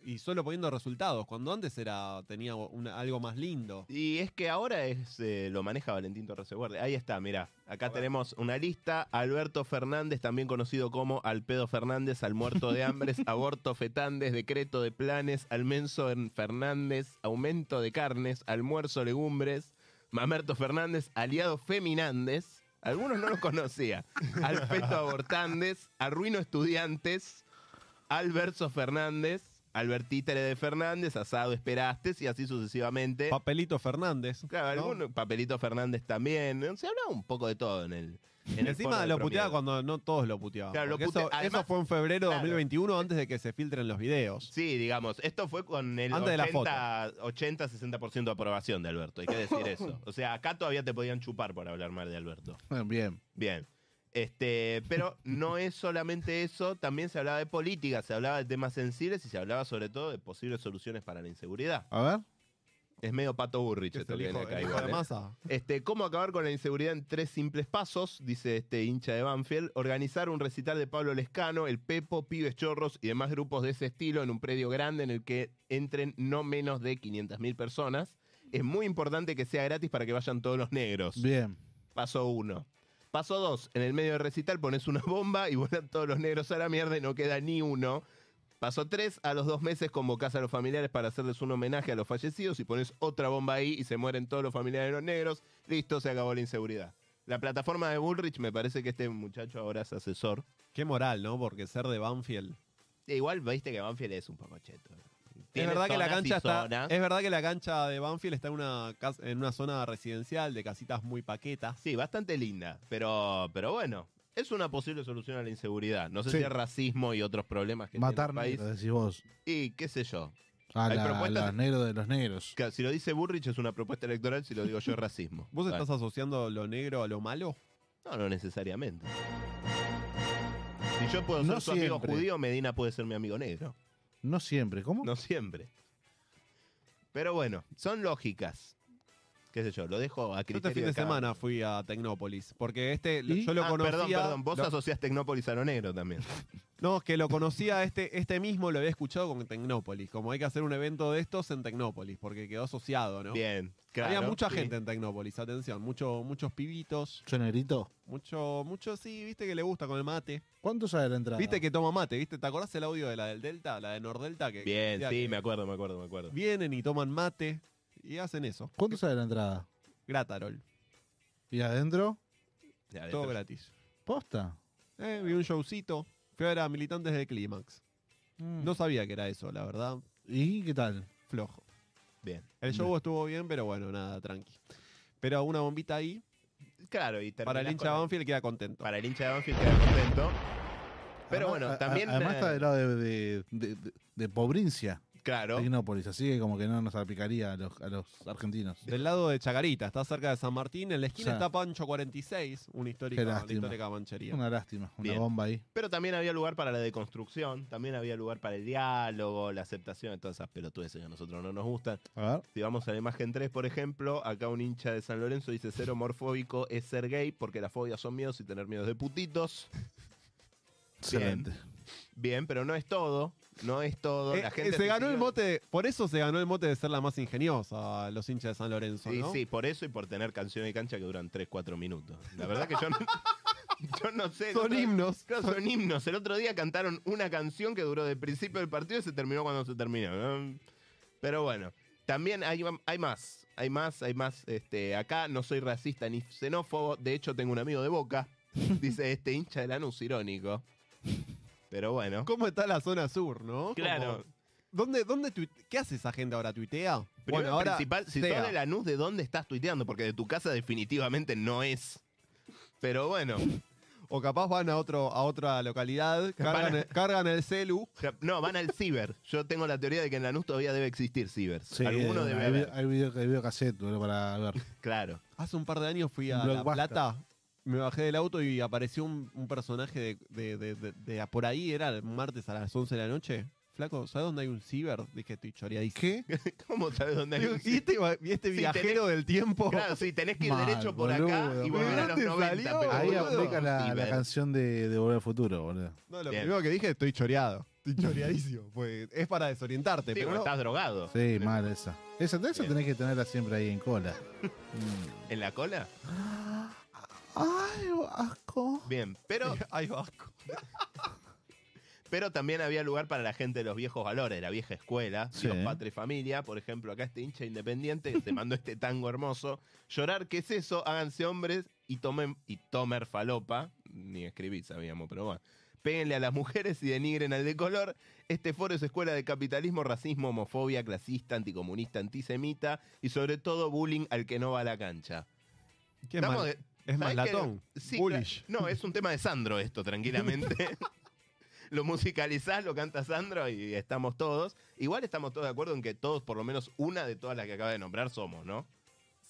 y solo poniendo resultados, cuando antes era tenía una- algo más lindo. Y es que ahora es, eh, lo maneja Valentín Torres Eguarde. Ahí está, mirá. Acá tenemos una lista. Alberto Fernández, también conocido como Alpedo Fernández, al muerto de hambres, aborto fetández, decreto de planes, almenso en Fernández, aumento de carnes, almuerzo legumbres, Mamerto Fernández, aliado Feminández. Algunos no los conocía. Alpeto Abortández, arruino estudiantes, Alberto Fernández, Albertítere de Fernández, asado Esperastes y así sucesivamente. Papelito Fernández. Claro, ¿no? algún papelito Fernández también. Se hablaba un poco de todo en el. en el foro Encima de lo Promiedo. puteaba cuando no todos lo puteaban. Claro, lo porque putea- eso, eso además- fue en febrero de claro. 2021, antes de que se filtren los videos. Sí, digamos, esto fue con el Antes de la 80-60% de aprobación de Alberto, hay que decir eso. O sea, acá todavía te podían chupar por hablar mal de Alberto. Bueno, Bien. Bien. Este, pero no es solamente eso, también se hablaba de política, se hablaba de temas sensibles y se hablaba sobre todo de posibles soluciones para la inseguridad. A ver. Es medio pato burrich Que es esto el que viene hijo- acá el hijo igual, de ¿eh? Massa. Este, ¿Cómo acabar con la inseguridad en tres simples pasos? Dice este hincha de Banfield. Organizar un recital de Pablo Lescano, el Pepo, Pibes Chorros y demás grupos de ese estilo en un predio grande en el que entren no menos de 500.000 personas. Es muy importante que sea gratis para que vayan todos los negros. Bien. Paso uno. Paso dos. En el medio del recital pones una bomba y vuelan todos los negros a la mierda y no queda ni uno. Paso tres. A los dos meses convocás a los familiares para hacerles un homenaje a los fallecidos y pones otra bomba ahí y se mueren todos los familiares de los negros. Listo, se acabó la inseguridad. La plataforma de Bullrich me parece que este muchacho ahora es asesor. Qué moral, ¿no? Porque ser de Banfield. E igual viste que Banfield es un poco cheto. Es Tiene verdad, que la zonas y cancha está, zonas. es verdad que la cancha de Banfield está en una, cas- en una zona residencial de casitas muy paquetas. Sí, bastante linda, pero, pero bueno. Es una posible solución a la inseguridad. No sé Sí. si es racismo y otros problemas que Matar tiene el país. negros, decís vos. eh. Y qué sé yo. A Hay la- propuestas- las negros de los negros. Claro, Si lo dice Burrich es una propuesta electoral, si lo digo yo es racismo. ¿Vos Bueno, estás asociando lo negro a lo malo? No, no necesariamente. Si yo puedo ser No su amigo siempre. judío, Medina puede ser mi amigo negro. No siempre. ¿Cómo? No siempre. Pero bueno, son lógicas. Qué sé yo, lo dejo a Yo criterio este fin de cada semana uno. fui a Tecnópolis, porque este ¿Y? yo lo Ah, conocía. Perdón, perdón, vos lo- asociás Tecnópolis a lo negro también. No, es que lo conocía este, este mismo, lo había escuchado con Tecnópolis. Como hay que hacer un evento de estos en Tecnópolis, porque quedó asociado, ¿no? Bien, claro. Había mucha sí. gente en Tecnópolis, atención, mucho, muchos pibitos, Yo negrito. mucho, mucho, sí, viste que le gusta con el mate. ¿Cuánto sale la entrada? Viste que toma mate, ¿viste? ¿Te acordás el audio de la del Delta, la de Nordelta? Que, Bien, decía sí, que me acuerdo, me acuerdo, me acuerdo. Vienen y toman mate y hacen eso. ¿Cuánto sale la entrada? Gratarol, ¿Y adentro? Ya, todo de- gratis. Posta. Eh, vi un showcito, fui a ver a Militantes de Clímax. No sabía que era eso, la verdad, ¿Y qué tal? flojo. Bien. El show estuvo bien, pero bueno, nada, tranqui. Pero una bombita ahí, Claro, y para el terminás hincha de con- Banfield queda contento. Para el hincha de Banfield queda contento. Además- Pero bueno, a- también. a- además eh, está del lado de, de, de, de- de Pobrincia, Claro. Tecnópolis, así que como que no nos aplicaría a los, a los argentinos. Del lado de Chacarita, está cerca de San Martín, en la Sí. esquina está Pancho 46, una histórica, Qué una lástima. histórica Eh, manchería. Una lástima, una Bien. bomba ahí. Pero también había lugar para la deconstrucción, también había lugar para el diálogo, la aceptación, de todas esas pelotudeces que a nosotros no nos gustan. A ver. Si vamos a la imagen 3, por ejemplo, acá un hincha de San Lorenzo dice ser homofóbico es ser gay porque las fobias son miedos y tener miedos de putitos. Excelente. Bien, pero no es todo. No es todo. Eh, La eh, gente se ganó el recibió- mote, de- por eso se ganó el mote de ser la más ingeniosa los hinchas de San Lorenzo, Sí, ¿no? sí, por eso y por tener canciones de cancha que duran 3, 4 minutos. La verdad que yo no, yo no sé. el Son otro- himnos. Claro, son himnos. El otro día cantaron una canción que duró del principio del partido y se terminó cuando se terminó. ¿no? Pero bueno, también hay, hay más. Hay más, hay más. Este, acá no soy racista ni xenófobo. De hecho, tengo un amigo de Boca. Dice este hincha de Lanús, irónico. Pero bueno. ¿Cómo está la zona sur, no? Claro. Como- ¿Dónde, dónde tuite- ¿Qué hace esa gente ahora? ¿Tuitea? Primero, principal, si tuitea. sos de Lanús, ¿de dónde estás tuiteando? Porque de tu casa definitivamente no es. Pero bueno. O capaz van a, otro, a otra localidad, cargan, el- cargan el celu. No, van al ciber. Yo tengo la teoría de que en Lanús todavía debe existir ciber. Sí, Alguno eh, debe hay, haber. vi- hay video, hay videocassette boludo, para ver. Claro. Hace un par de años fui a Un La blockbuster. Plata, me bajé del auto y apareció un, un personaje de, de- de- de- de- a por ahí, era el martes a las 11 de la noche. Flaco, ¿sabes dónde hay un ciber? Dije, estoy choreadísimo. ¿Qué? ¿Cómo sabes dónde hay un Y este, va- y este Sí, viajero del tiempo. Claro, sí, tenés que ir Mal, derecho por acá boludo. y volver a ¿De los dónde 90. salió, pero Ahí boludo? aplica la, la Ciber. canción de, de Volver al Futuro, boludo. No, lo Bien. primero que dije, estoy choreado. Estoy choreadísimo. Pues, es para desorientarte. Sí, pero bueno, no- estás drogado. Sí, mal esa. Esa, esa Bien. tenés que tenerla siempre ahí en cola. Mm, ¿En la cola? Ay, asco. Bien, pero, Ay, vasco. pero también había lugar para la gente de los viejos valores, de la vieja escuela, Sí. Dios, patria y familia. Por ejemplo, acá este hincha independiente que te mandó este tango hermoso. Llorar, ¿qué es eso? Háganse hombres y tomen y tomer falopa. Ni escribí, sabíamos, pero bueno. Péguenle a las mujeres y denigren al de color. Este foro es escuela de capitalismo, racismo, homofobia, clasista, anticomunista, antisemita y sobre todo bullying al que no va a la cancha. ¿Qué es Estamos mal- de- es más ¿sabés que- latón. Sí, Bullish. cla- No, es un tema de Sandro esto, tranquilamente. lo musicalizás, lo canta Sandro y estamos todos. Igual estamos todos de acuerdo en que todos, por lo menos una de todas las que acaba de nombrar, somos, ¿no?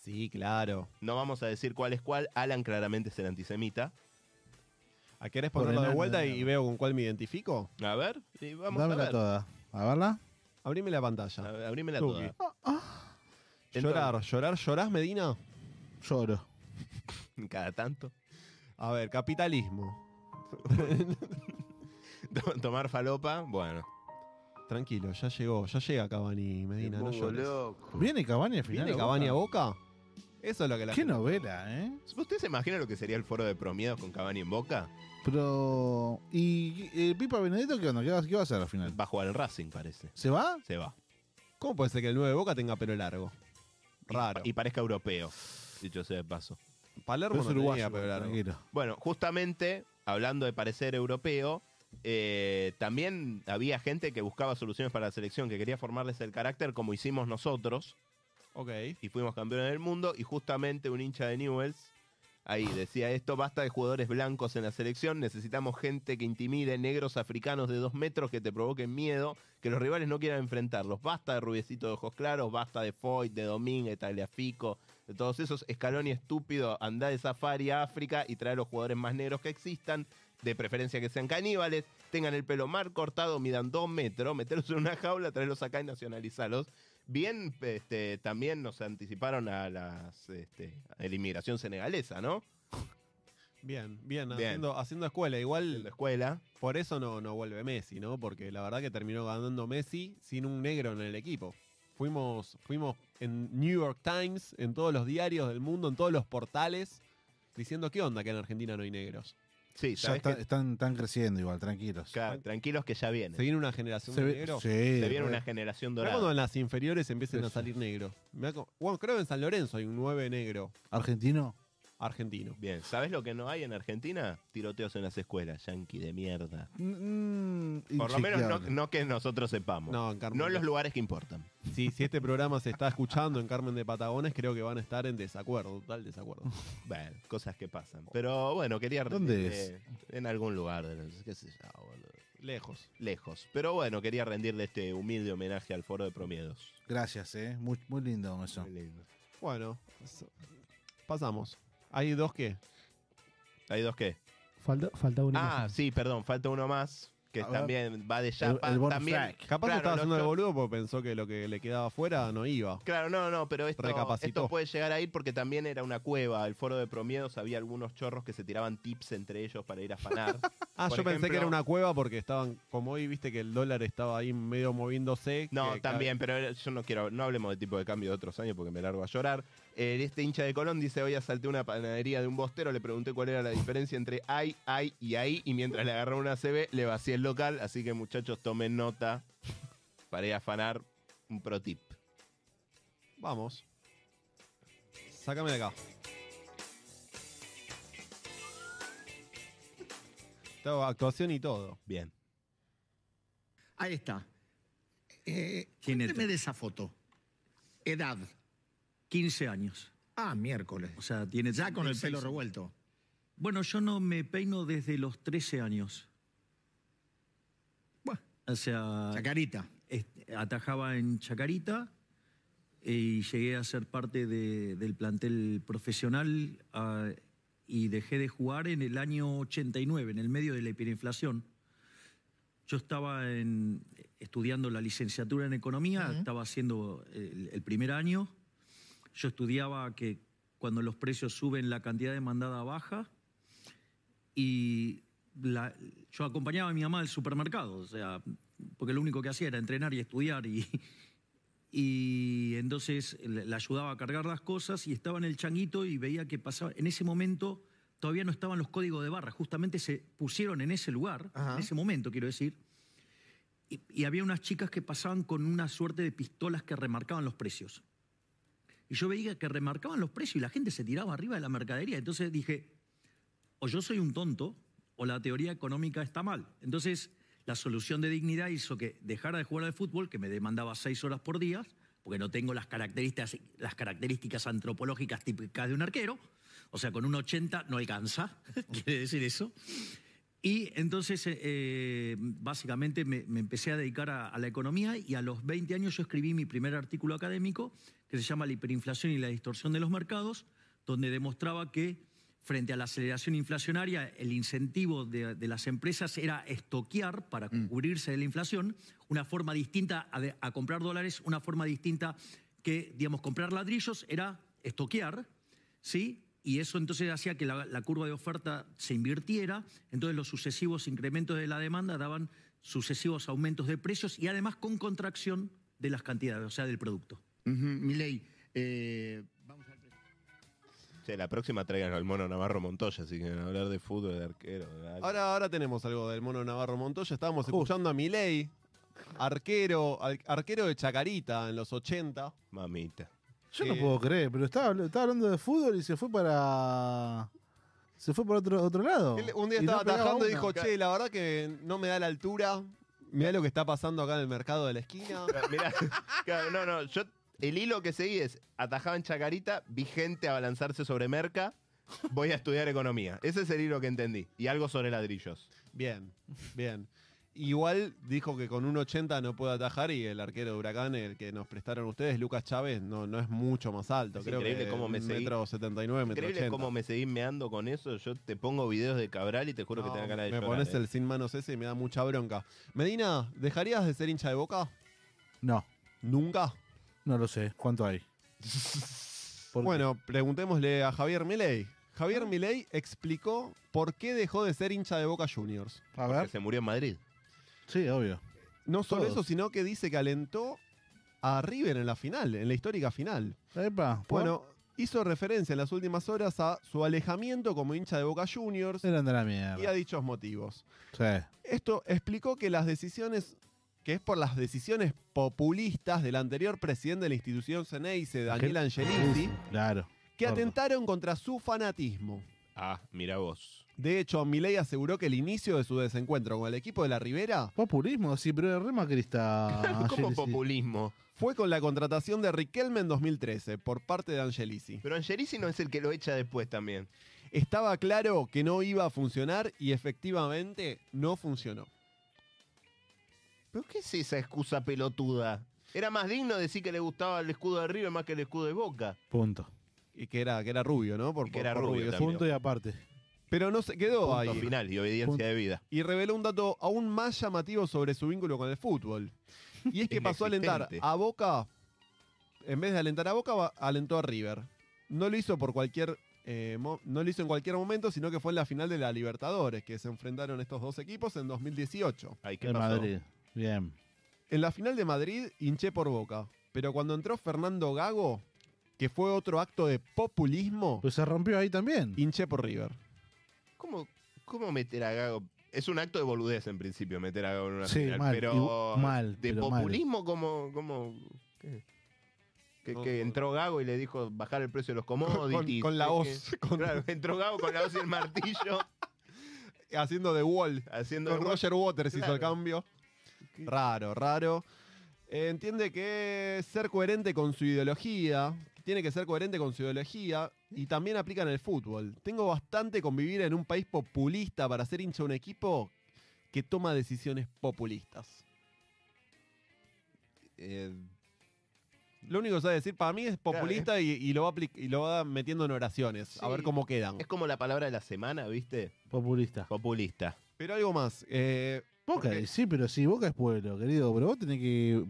Sí, claro. No vamos a decir cuál es cuál. Alan claramente es el antisemita. ¿A querés Por ponerlo de enano, vuelta y, enano. y veo con cuál me identifico? A ver, y vamos a Dámela ver. toda. A verla. Abrime la pantalla. A- Abrímela Tuki. toda. Entonces- Llorar, llorar, llorás, Medina. Lloro. Cada tanto. A ver, capitalismo. To- Tomar falopa, bueno. Tranquilo, ya llegó, ya llega Cavani, Medina, no Pongo llores. loco. ¿Viene Cabaña al final? ¿Viene Cavani a Boca? Eso es lo que la Qué gente- novela, ¿eh? ¿Usted se imagina lo que sería el foro de promiedos con Cavani en boca? Pero. ¿Y eh, Pipa Benedetto qué onda? ¿Qué va, qué va a hacer al final? Va a jugar el Racing, parece. ¿Se va? Se va. ¿Cómo puede ser que el 9 de Boca tenga pelo largo? Y- Raro. Y, parezca europeo, dicho sea de paso. Palermo Pero no es uruguayo, tenía pelo largo. tranquilo. Bueno, justamente, hablando de parecer europeo, eh, también había gente que buscaba soluciones para la selección, que quería formarles el carácter como hicimos nosotros, Ok. y fuimos campeones del mundo, y justamente un hincha de Newells ahí decía esto, basta de jugadores blancos en la selección, necesitamos gente que intimide, negros africanos de dos metros que te provoquen miedo, que los rivales no quieran enfrentarlos, basta de rubiecito de ojos claros, basta de Foyt, de Domínguez, Tagliafico, de todos esos escalón y estúpido, andá de safari a África y trae los jugadores más negros que existan, de preferencia que sean caníbales, tengan el pelo mal cortado, midan dos metros, meterlos en una jaula, traerlos acá y nacionalizalos. Bien, este, también nos anticiparon a, las, este, a la inmigración senegalesa, ¿no? Bien, bien, Bien. Haciendo, haciendo escuela. En la Igual escuela. por eso no, no vuelve Messi, ¿no? Porque la verdad que terminó ganando Messi sin un negro en el equipo. Fuimos, fuimos en New York Times, en todos los diarios del mundo, en todos los portales, diciendo qué onda que en Argentina no hay negros. Sí, Ya sabes está- están, están creciendo igual, tranquilos. Claro, tranquilos que ya viene. Se viene una generación Se de ve- negros. sí, Se viene re- una generación Mirá cuando dorada. en las inferiores empiecen Sí, a sí. salir negros? Mirá co- Bueno, creo que en San Lorenzo hay un 9 negro ¿Argentino? argentino. Bien, ¿sabes lo que no hay en Argentina? Tiroteos en las escuelas, yanqui de mierda. Mm, Por lo menos no, inchequeable. no que nosotros sepamos. No, en Carmen. no en los lugares que importan. Sí, si este programa se está escuchando en Carmen de Patagones, creo que van a estar en desacuerdo, total desacuerdo. Bueno, cosas que pasan. Pero bueno, quería... ¿Dónde eh, En algún lugar, de los- qué sé yo, boludo. Lejos. lejos. Pero bueno, quería rendirle este humilde homenaje al foro de promiedos. Gracias, eh. Muy, muy lindo eso. Muy lindo. Bueno, so- pasamos. Hay dos que. ¿Hay dos qué? Falta, falta una. Ah, imagen. sí, perdón, falta uno más. que A ver. también va de chapa. también, Capaz Claro, estaba los haciendo el cho- boludo porque pensó que lo que le quedaba afuera no iba. Claro, no, no, pero esto, Recapacitó. esto puede llegar a ir porque también era una cueva. El foro de promiedos había algunos chorros que se tiraban tips entre ellos para ir a afanar. Ah, Por yo pensé que era ejemplo- una cueva porque estaban, como hoy viste que el dólar estaba ahí medio moviéndose. No, que- también, pero era- yo no quiero, no hablemos de tipo de cambio de otros años porque me largo a llorar. Eh, este hincha de Colón dice, hoy asalté una panadería de un bostero, le pregunté cuál era la diferencia entre ay, ay y ahí, y mientras le agarraba una CB, le vacié el local, así que muchachos, tomen nota para ir a afanar un pro tip. Vamos. Sácame de acá. Tengo actuación y todo. Bien. Ahí está. Eh, ¿Quién es? cuénteme de esa foto. Edad. 15 años. Ah, miércoles. O sea, tiene Ya con el pelo 36. revuelto. Bueno, yo no me peino desde los 13 años. O sea. Chacarita. atajaba en Chacarita eh, y llegué a ser parte de- del plantel profesional ah, y dejé de jugar en el año 89, en el medio de la hiperinflación. Yo estaba en- estudiando la licenciatura en economía, estaba haciendo el, el primer año. Yo estudiaba que cuando los precios suben la cantidad demandada baja y la- yo acompañaba a mi mamá al supermercado, o sea, porque lo único que hacía era entrenar y estudiar y, y entonces le- la ayudaba a cargar las cosas y estaba en el changuito y veía que pasaba, en ese momento todavía no estaban los códigos de barra, justamente se pusieron en ese lugar, en ese momento quiero decir, y, y había unas chicas que pasaban con una suerte de pistolas que remarcaban los precios. Y yo veía que remarcaban los precios y la gente se tiraba arriba de la mercadería. Entonces dije, o yo soy un tonto o la teoría económica está mal. Entonces, la solución de dignidad hizo que dejara de jugar al fútbol, que me demandaba seis horas por día, porque no tengo las características, las características antropológicas típicas de un arquero. O sea, con un 80 no alcanza, quiere decir eso. Y entonces, eh, eh, básicamente, me, me empecé a dedicar a, a la economía y a los 20 años yo escribí mi primer artículo académico que se llama La hiperinflación y la distorsión de los mercados, donde demostraba que frente a la aceleración inflacionaria, el incentivo de, de las empresas era estoquear para cubrirse de la inflación, una forma distinta a, de- a comprar dólares, una forma distinta que, digamos, comprar ladrillos era estoquear, ¿sí? Y eso entonces hacía que la, la curva de oferta se invirtiera, entonces los sucesivos incrementos de la demanda daban sucesivos aumentos de precios y además con contracción de las cantidades, o sea, del producto. Milei, Che, la próxima traigan al mono Navarro Montoya, si quieren hablar de fútbol, de arquero. de algo. Ahora, ahora tenemos algo del mono Navarro Montoya. Estábamos escuchando a Milei, arquero, al- arquero de Chacarita en los Eh, 80. Mamita. Yo no puedo creer, pero estaba, habl- estaba hablando de fútbol y se fue para. Se fue para otro, otro lado. Él un día Y no estaba pegaba atajando y una. dijo, che, la verdad que no me da la altura. Mirá lo que está pasando acá en el mercado de la esquina. Mirá, claro, no, no, yo el hilo que seguí es atajaba en Chacarita, vi gente abalanzarse sobre merca, voy a estudiar economía. Ese es el hilo que entendí. Y algo sobre ladrillos. Bien, bien. Igual dijo que con un 80 no puede atajar y el arquero de Huracán, el que nos prestaron ustedes, Lucas Chávez, no, no es mucho más alto. Es Creo increíble que cómo me un seguí. metro 79, metro Increíble 80. cómo me seguís meando con eso. Yo te pongo videos de Cabral y te juro No, que te dan ganas de me llorar, pones eh. el sin manos ese y me da mucha bronca. Medina, ¿dejarías de ser hincha de boca? No, ¿Nunca? no lo sé. ¿Cuánto hay? ¿Por qué? Bueno, preguntémosle a Javier Milei. Ah. Javier Milei explicó por qué dejó de ser hincha de Boca Juniors. A ver. se murió en Madrid. Sí, obvio. No solo Todos. eso, sino que dice que alentó a River en la final, en la histórica final. Epa, ¿por? Bueno, hizo referencia en las últimas horas a su alejamiento como hincha de Boca Juniors Eran de la mierda. y a dichos motivos. Sí. Esto explicó que las decisiones, que es por las decisiones populistas del anterior presidente de la institución E Ceneice, Daniel Angelini, Claro. que Gordo. atentaron contra su fanatismo. Ah, mira vos. De hecho, Milei aseguró que el inicio de su desencuentro con el equipo de la Ribera Populismo, sí, pero es re macrista. ¿Cómo Angelisi. populismo? fue con la contratación de Riquelme en 2013 por parte de Angelisi. Pero Angelisi no es el que lo echa después también. Estaba claro que no iba a funcionar y efectivamente no funcionó. ¿Pero qué es esa excusa pelotuda? Era más digno decir que le gustaba el escudo de River más que el escudo de Boca. Punto. Y que era, que era rubio, ¿no? Por, que era por rubio sí. también. Punto y aparte. Pero no se quedó Punto ahí. final y obediencia de vida. Y reveló un dato aún más llamativo sobre su vínculo con el fútbol. Y es que pasó a alentar Inexistente. a Boca, en vez de alentar a Boca, va- alentó a River. No lo hizo por cualquier. eh, mo- no lo hizo en cualquier momento, sino que fue en la final de la Libertadores, que se enfrentaron estos dos equipos en 2018. De Madrid. Bien. En la final de Madrid hinché por Boca, pero cuando entró Fernando Gago, que fue otro acto de populismo. Pues se rompió ahí también. Hinché por River. ¿Cómo, cómo meter a Gago? Es un acto de boludez en principio meter a Gago en una Sí, final, mal, pero y- mal, de pero mal. populismo como, como ¿qué? que, No, que no. entró Gago y le dijo bajar el precio de los Con, commodities. con la que- voz. con- Claro, entró Gago con la voz y el martillo haciendo de Wall. haciendo Con el- Roger Waters hizo el Claro. cambio. Raro, raro. Eh, Entiende que ser coherente con su ideología, tiene que ser coherente con su ideología y también aplica en el fútbol. Tengo bastante con vivir en un país populista para ser hincha de un equipo que toma decisiones populistas. Eh, lo único que sabe decir para mí es populista y, y lo va apli- y lo va metiendo en oraciones, a ¿eh? Sí. ver cómo quedan. Es como la palabra de la semana, ¿viste? Populista. Populista. Pero algo más. eh, Boca, sí, pero sí, Boca es pueblo, querido. Pero vos tenés que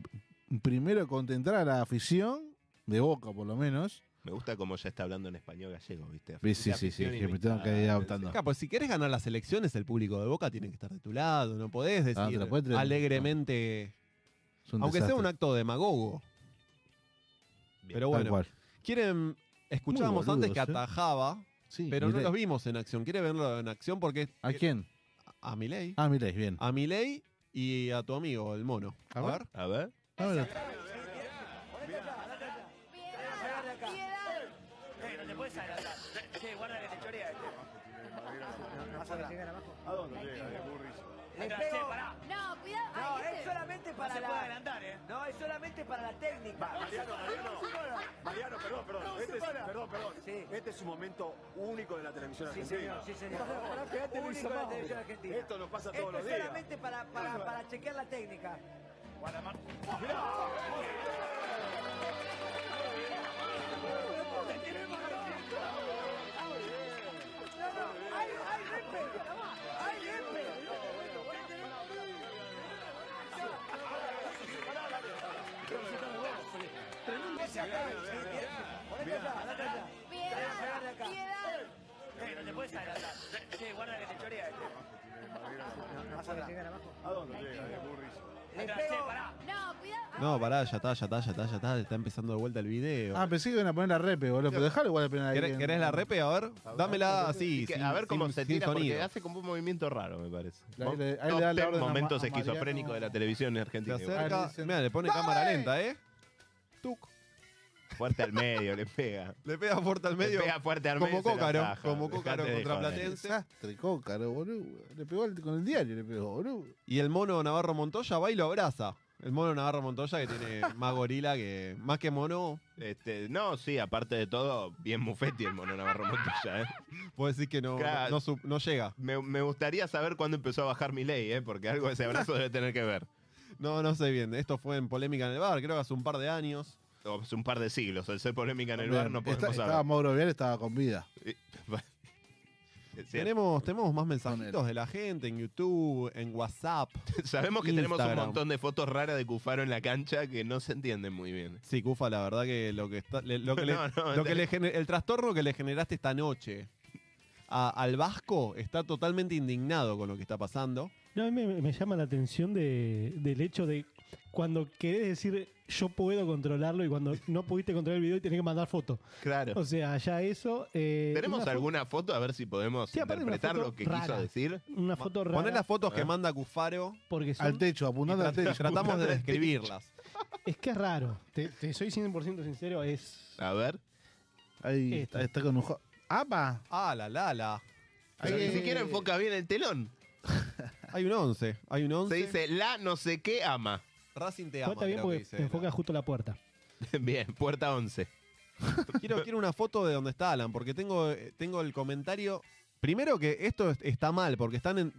primero contentar a la afición, de Boca por lo menos. Me gusta como ya está hablando en español gallego, ¿viste? Sí, sí, sí, sí, Afición que me y- tengo que ir adoptando. Acá, pues si querés ganar las elecciones, el público de Boca tiene que estar de tu lado. No podés decir Ah, te la puedes traer. alegremente. Es un aunque sea desastre. un acto demagogo. Pero Tal bueno. cual. Quieren. Escuchábamos Muy boludos, antes que ¿eh? atajaba, Sí, pero Milei. no los vimos en acción. Quiere verlo en acción porque. ¿A quién? A Milei. Ah, Milei, bien. A Milei y a tu amigo, el mono. A, ver. ver. A ver. Ah, bueno. Pero te puedes adelantar. Che, guarda que te chorea este. ¿Vas a llegar abajo? ¿A dónde llega? De burris. Le Entra, pego. che, pará. No, cuidado. No, Ay, es este- solamente No para se la- puede adelantar, ¿eh? No, es solamente para la técnica. Mariano, Mariano. Mariano, perdón, perdón. No, este se es, para. perdón, perdón. Este es un momento único de la televisión Sí, argentina. señor, sí, señor. Por favor, Único Luis en la Amado. televisión argentina. Esto nos pasa Esto todos los es días. solamente para, para, para chequear la técnica. ¡Ay, ay, Lepe! ¡Ay, Lepe! Tremendo. ¡Piedad! ¡Piedad! Pero te puedes adelantar. Che, guarda que te chorea este. ¿Vas a llegar abajo? ¿A dónde llega? De burris. Entra, che, pará. No, cuidado. No, pará, ya está, ya está, ya está, ya está. Está empezando de vuelta el video. Ah, pensé que iban a poner la repe, boludo. Pero dejalo igual la pena ahí. ¿Querés, en- querés la repe? A ver, dámela así. Que- sin- a ver cómo sin- se sin tira, porque sonido. hace como un movimiento raro, me parece. Ahí le- ahí le Top da la ten orden a Ma- momentos a esquizofrénicos Mariano. de la televisión Se argentina. igual. acerca. Mira, le pone cámara lenta, ¿eh? Tuc. Fuerte al medio, le pega. Le pega fuerte al Le medio. pega fuerte al medio. Como y se la Cócaro. baja. Como Cócaro Dejate de contra joder. Platense. Desastre, Cócaro, boludo. Le pegó al- con el diario, le pegó, boludo. Y el mono Navarro Montoya va y lo abraza. El mono Navarro Montoya que tiene más gorila que. Más que mono. Este, no, sí, aparte de todo, bien Mufetti el mono Navarro Montoya, ¿eh? Puedo decir que no, Claro. no, su- no llega. Me, me gustaría saber cuándo empezó a bajar mi ley, ¿eh? Porque algo de ese abrazo debe tener que ver. No, no sé bien. Esto fue en polémica en el bar, creo que hace un par de años. O hace un par de siglos, al ser polémica en el Bien, bar no está- podemos Estaba saber. Mauro Vial, estaba con vida. Es cierto. Tenemos, tenemos más mensajitos de la gente en YouTube, en WhatsApp. Sabemos que tenemos un Instagram. montón de fotos raras de Cufaro en la cancha que no se entienden muy bien. Sí, Cufa, la verdad que lo que está, le- lo que le- No, no, lo que dale. le gener- el trastorno que le generaste esta noche a- al Vasco está totalmente indignado con lo que está pasando. No, a mí me, me llama la atención de- del hecho de cuando querés decir yo puedo controlarlo y cuando no pudiste controlar el video y tenés que mandar foto. Claro. O sea, ya eso. eh, ¿Tenemos una fo- alguna foto? A ver si podemos Sí, aparte una interpretar foto lo que quiso rara. decir. Una foto rara. Poné las fotos que Ah. manda Cufaro Porque son- Al techo, apuntando al techo. Tratamos de Apuntando al techo. describirlas. Es que es raro. Te, te soy 100% sincero, es. A ver. Ahí Esto. está, está con un. jo- ¡Apa! Ah, la, la, la. Pero Ahí- ni siquiera enfoca bien el telón. Hay un 11. Hay un 11. Se dice la no sé qué ama. Racing te Pero ama. está bien creo que porque dice. te enfoca justo la puerta. bien, puerta 11. Quiero, quiero una foto de donde está Alan, porque tengo, eh, tengo el comentario. Primero que esto es- está mal, porque están en-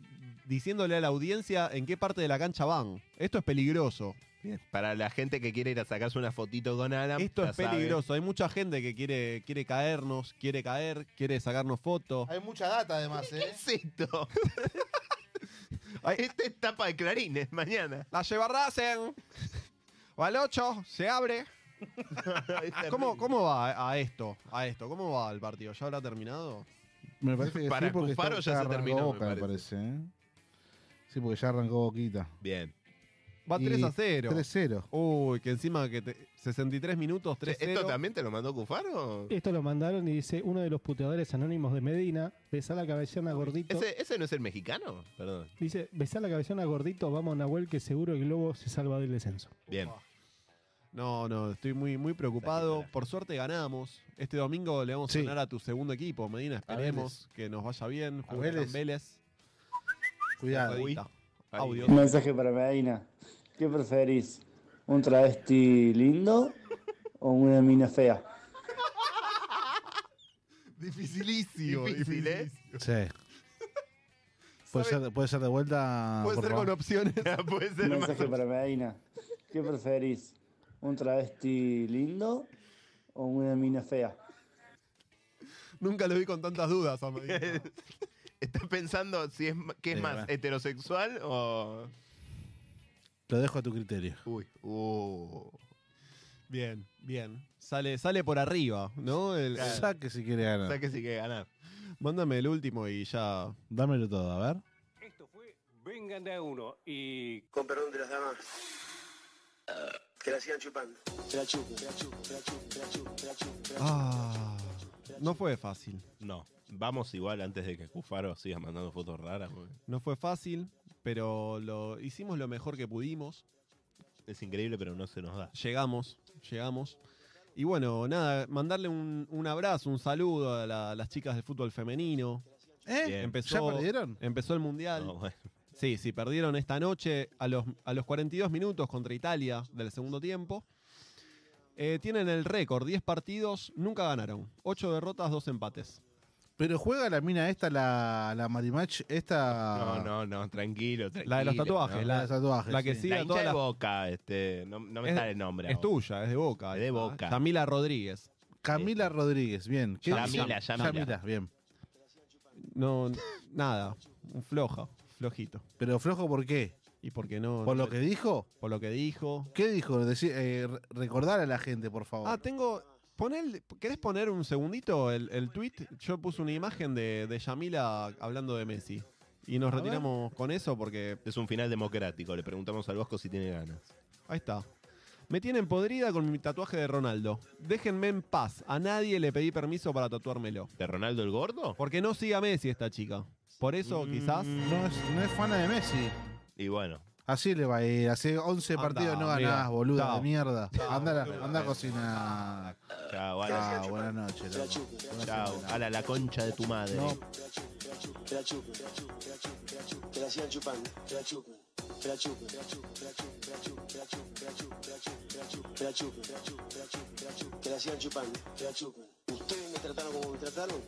diciéndole a la audiencia en qué parte de la cancha van. Esto es peligroso. Para la gente que quiere ir a sacarse una fotito con Alan. Esto ya es sabe. peligroso. Hay mucha gente que quiere, quiere caernos, quiere caer, quiere sacarnos fotos. Hay mucha data además, ¿eh? Esta Este es tapa de clarines mañana. La llevarrasen. O al 8, se abre. ¿Cómo, ¿Cómo va a- a esto? A esto, ¿cómo va el partido? ¿Ya habrá terminado? Me parece que Para sí, porque Cufaro ya se arrancó terminó, me Boca, me parece. ¿eh? Sí, porque ya arrancó Boquita. Bien. Va Y 3 a 0. 3-0. Uy, que encima que te- 63 minutos, 3 0. ¿Esto también te lo mandó Cufaro? Esto lo mandaron y dice uno de los puteadores anónimos de Medina, besá la cabellana gordito. ¿Ese, ese no es el mexicano? Perdón. Dice, besá la cabellana gordito, vamos Nahuel que seguro el globo se salva del descenso. Bien. No, no, estoy muy, muy preocupado. Por suerte ganamos. Este domingo le vamos a ganar a tu segundo equipo, Medina. Esperemos que nos vaya bien. Juega Vélez. con Vélez. Cuidado. Ahí está. Audio. Un mensaje para Medina. ¿Qué preferís? ¿Un travesti lindo o una mina fea? Dificilísimo. Difícil, ¿eh? Sí. Puede ser, puede ser de vuelta. por favor. opciones. Puede Un ser más. mensaje para Medina. ¿Qué preferís? ¿Un travesti lindo o una mina fea? Nunca lo vi con tantas dudas a Medina. ¿Estás pensando si es ma- qué es Sí, más, verdad. heterosexual o...? Lo dejo a tu criterio. Uy. uh. Bien, bien. Sale, sale por arriba, ¿no? El, Claro. Saque si quiere ganar. Saque si quiere ganar. Mándame el último y ya. Dámelo todo, a ver. Vengan de a uno y. Con perdón de las damas. Que la sigan chupando. la chupo, la chupo, la chupo, la chupo, la chupo. Ah, no fue fácil. No. Vamos igual antes de que Cufaro siga mandando fotos raras. porque No fue fácil, pero lo, hicimos lo mejor que pudimos. Es increíble, pero no se nos da. Llegamos, llegamos. Y bueno, nada, mandarle un, un abrazo, un saludo a la- las chicas del fútbol femenino. ¿Eh? Empezó, ¿Ya perdieron? Empezó el Mundial. Sí, sí, perdieron esta noche a los, a los 42 minutos contra Italia del segundo tiempo. Eh, tienen el récord, 10 partidos, nunca ganaron. 8 derrotas, 2 empates. Pero juega la mina esta, la, la Marimach, esta. No, no, no, tranquilo, tranquilo. Ah. La de los tatuajes, ¿no? la, La de los tatuajes, la que sí. sigue La a hincha todas de las- Boca, este, no, no me Es- sale el nombre. Es ahora. tuya, es de Boca. Es de esta. Boca. Camila Rodríguez. Camila Rodríguez, bien. ¿Qué Yamila, dice? Yamila. bien. No, nada. Un floja, flojito. ¿Pero flojo por qué? ¿Y porque no? ¿Por lo no sé. que dijo? Por lo que dijo. ¿Qué dijo? Decí- eh, re- recordar a la gente, por favor. Ah, tengo. pon el- ¿Querés poner un segundito el, el tweet? Yo puse una imagen de, de Yamila hablando de Messi. Y nos A ver. retiramos con eso porque. Es un final democrático. Le preguntamos al Vasco si tiene ganas. Ahí está. Me tienen podrida con mi tatuaje de Ronaldo. Déjenme en paz. A nadie le pedí permiso para tatuármelo. ¿De Ronaldo el gordo? Porque no sigue a Messi esta chica. Por eso, quizás. No es, no es fana de Messi. Y bueno. Así le va a ir. Hace 11 Andá, partidos no amiga. ganás, boluda Chao. de mierda. Chao, anda, boluda. anda a cocinar. Chao, Ah, Ala. Chao, buenas noches. loco. Buenas Chao, noches. Ala, la concha de tu madre. No. Que la chupo, que la chupo, que la chupo, que la chupo. Que la sigan chupando. Que la chupo, que la chupo, que la chupo, que la chupo, que la chupo, que la chupo, que la chupo, que la chupo, que la chupo, que la chupo, que la chupo, que la chupo, que la chupo. Que la sigan chupando. Que la chupo. Ustedes me trataron como me trataron.